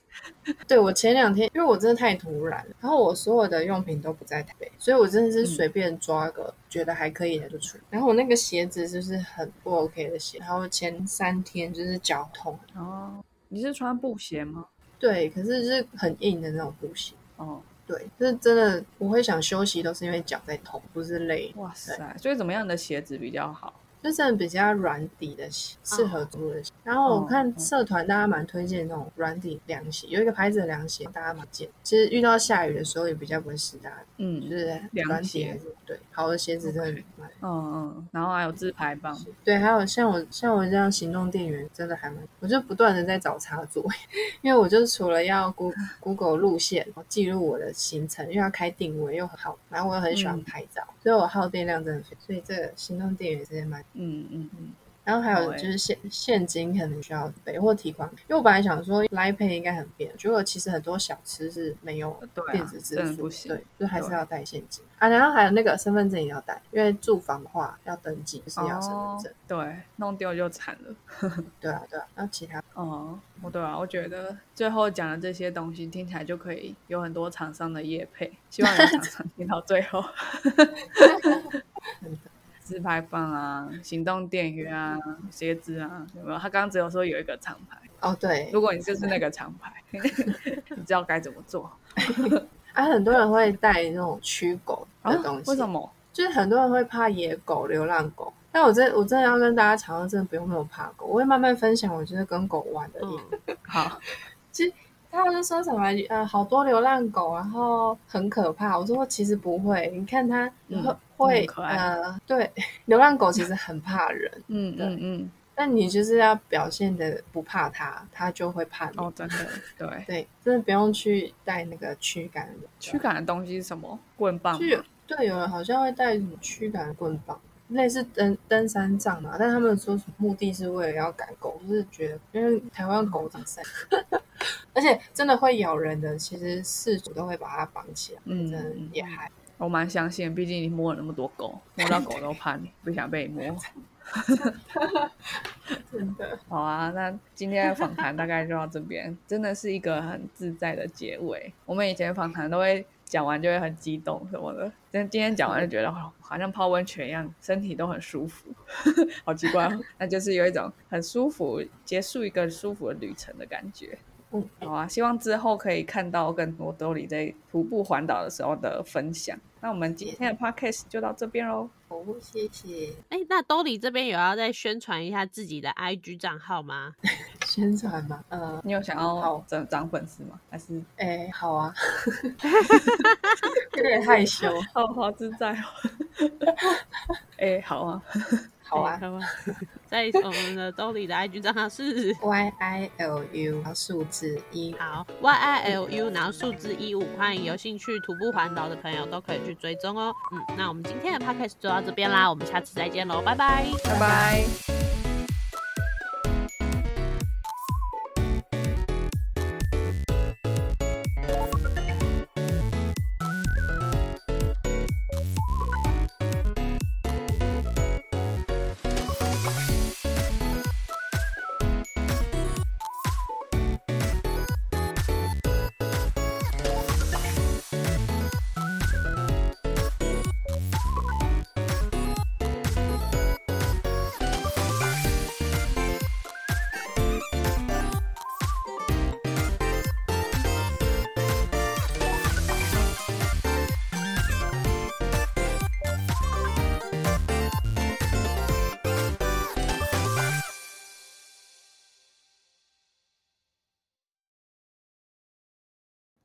[SPEAKER 3] 对我前两天，因为我真的太突然了，然后我所有的用品都不在台北，所以我真的是随便抓个觉得还可以的就出。然后我那个鞋子就是很不 OK 的鞋，然后前三天就是脚痛，
[SPEAKER 1] 哦，你是穿布鞋吗？
[SPEAKER 3] 对，可是就是很硬的那种布鞋。
[SPEAKER 1] 哦，
[SPEAKER 3] 对，就是真的，我会想休息，都是因为脚在痛，不是累。
[SPEAKER 1] 哇塞！所以怎么样的鞋子比较好？
[SPEAKER 3] 就是比较软底的鞋，适合租的鞋。然后我看社团大家蛮推荐那种软底凉鞋，有一个牌子的凉鞋大家蛮见。其实遇到下雨的时候也比较不会湿大家就
[SPEAKER 1] 嗯
[SPEAKER 3] 是软底还是对好的鞋子真的蛮。
[SPEAKER 1] 嗯嗯，然后还有自拍棒，
[SPEAKER 3] 对，还有像我像我这样行动电源，真的还蛮，我就不断的在找插座，因为我就除了要 Go- Google 路线记录我的行程，因为要开定位又很好，然后我又很喜欢
[SPEAKER 1] 嗯
[SPEAKER 3] 拍照，所以我耗电量真的很，所以这个行动电源真的蛮。
[SPEAKER 1] 嗯嗯嗯，
[SPEAKER 3] 然后还
[SPEAKER 1] 好
[SPEAKER 3] 有
[SPEAKER 1] 欸
[SPEAKER 3] 就是现现金可能需要备或提款，因为我本来想说 Line Pay 应该很便利，结果其实很多小吃是没有
[SPEAKER 1] 对啊
[SPEAKER 3] 电子支
[SPEAKER 1] 真的
[SPEAKER 3] 付，
[SPEAKER 1] 不行
[SPEAKER 3] 对，就还是要带现金啊。然后还有那个身份证也要带，因为住房的话要登记，就是要身份证。
[SPEAKER 1] 哦对，弄丢就惨了。
[SPEAKER 3] 对啊，对啊。然后其他
[SPEAKER 1] 哦，不对啊，我觉得
[SPEAKER 3] 嗯
[SPEAKER 1] 最后讲的这些东西听起来就可以有很多厂商的业 配，希望有厂商听到最后。 自拍棒啊，行动电源啊，鞋子啊，有没有？他刚刚只有说有一个厂牌，
[SPEAKER 3] 哦对
[SPEAKER 1] 如果你就是那个厂牌， 你知道该怎么做。
[SPEAKER 3] 啊，很多人会带那种驱狗
[SPEAKER 1] 啊
[SPEAKER 3] 的东西，
[SPEAKER 1] 为什？么？
[SPEAKER 3] 就是很多人会怕野狗、流浪狗。但我真我真的要跟大家讲，真的不用那么怕狗，我会慢慢分享我就是跟狗玩的一
[SPEAKER 2] 嗯，
[SPEAKER 1] 好，
[SPEAKER 3] 他们就说什么呃，好多流浪狗，然后很可怕。我说其实不会，你看它
[SPEAKER 1] 嗯
[SPEAKER 3] 会、会
[SPEAKER 1] 很可爱
[SPEAKER 3] 呃，对， 流浪狗其实很怕人，
[SPEAKER 1] 嗯
[SPEAKER 3] 对
[SPEAKER 1] 嗯嗯，
[SPEAKER 3] 但你就是要表现的不怕它，它就会怕你。
[SPEAKER 1] 哦，真的，对，
[SPEAKER 3] 嗯对，啊真的不用去带那个驱赶的
[SPEAKER 1] 驱赶的东西是什么？棍棒吗
[SPEAKER 3] 就，有对有人好像会带什么驱赶棍棒，类似登登山杖嘛，但他们说什么目的是为了要赶狗，就是觉得因为台湾狗长散， 而且真的会咬人的，其实事主都会把它绑起来，
[SPEAKER 1] 嗯
[SPEAKER 3] 真的也还
[SPEAKER 1] 我蛮相信，毕竟你摸了那么多狗，摸到狗都怕你，不想被你摸。
[SPEAKER 3] 真的
[SPEAKER 1] 好啊，那今天的访谈大概就到这边，真的是一个很自在的结尾。我们以前访谈都会讲完就会很激动什么的，但今天讲完就觉得、哦好像泡温泉一样，身体都很舒服， 好奇怪、哦。那就是有一种很舒服，结束一个舒服的旅程的感觉。
[SPEAKER 3] 嗯，
[SPEAKER 1] 好啊，希望之后可以看到更多兜里在徒步环岛的时候的分享。那我们今天的 podcast 就到这边喽。
[SPEAKER 3] 好，谢谢
[SPEAKER 2] 哎、那兜里这边有要再宣传一下自己的 IG 账号吗？
[SPEAKER 3] 宣传嘛，呃，
[SPEAKER 1] 你有想要
[SPEAKER 3] 好
[SPEAKER 1] 涨涨粉丝吗？还是
[SPEAKER 3] 哎、好啊， 有点害羞，
[SPEAKER 1] 好好自在哦。 哎、好啊，
[SPEAKER 3] 好啊
[SPEAKER 2] 哎。好啊 在我们的兜里的 IG 账号是
[SPEAKER 3] Y I L U，然后数字一，
[SPEAKER 2] 好 Y I L U，然后数字一五，欢迎有兴趣徒步环岛的朋友都可以去追踪哦。嗯，那我们今天的 podcast 就到这边啦，我们下次再见喽，拜拜。
[SPEAKER 1] 拜拜。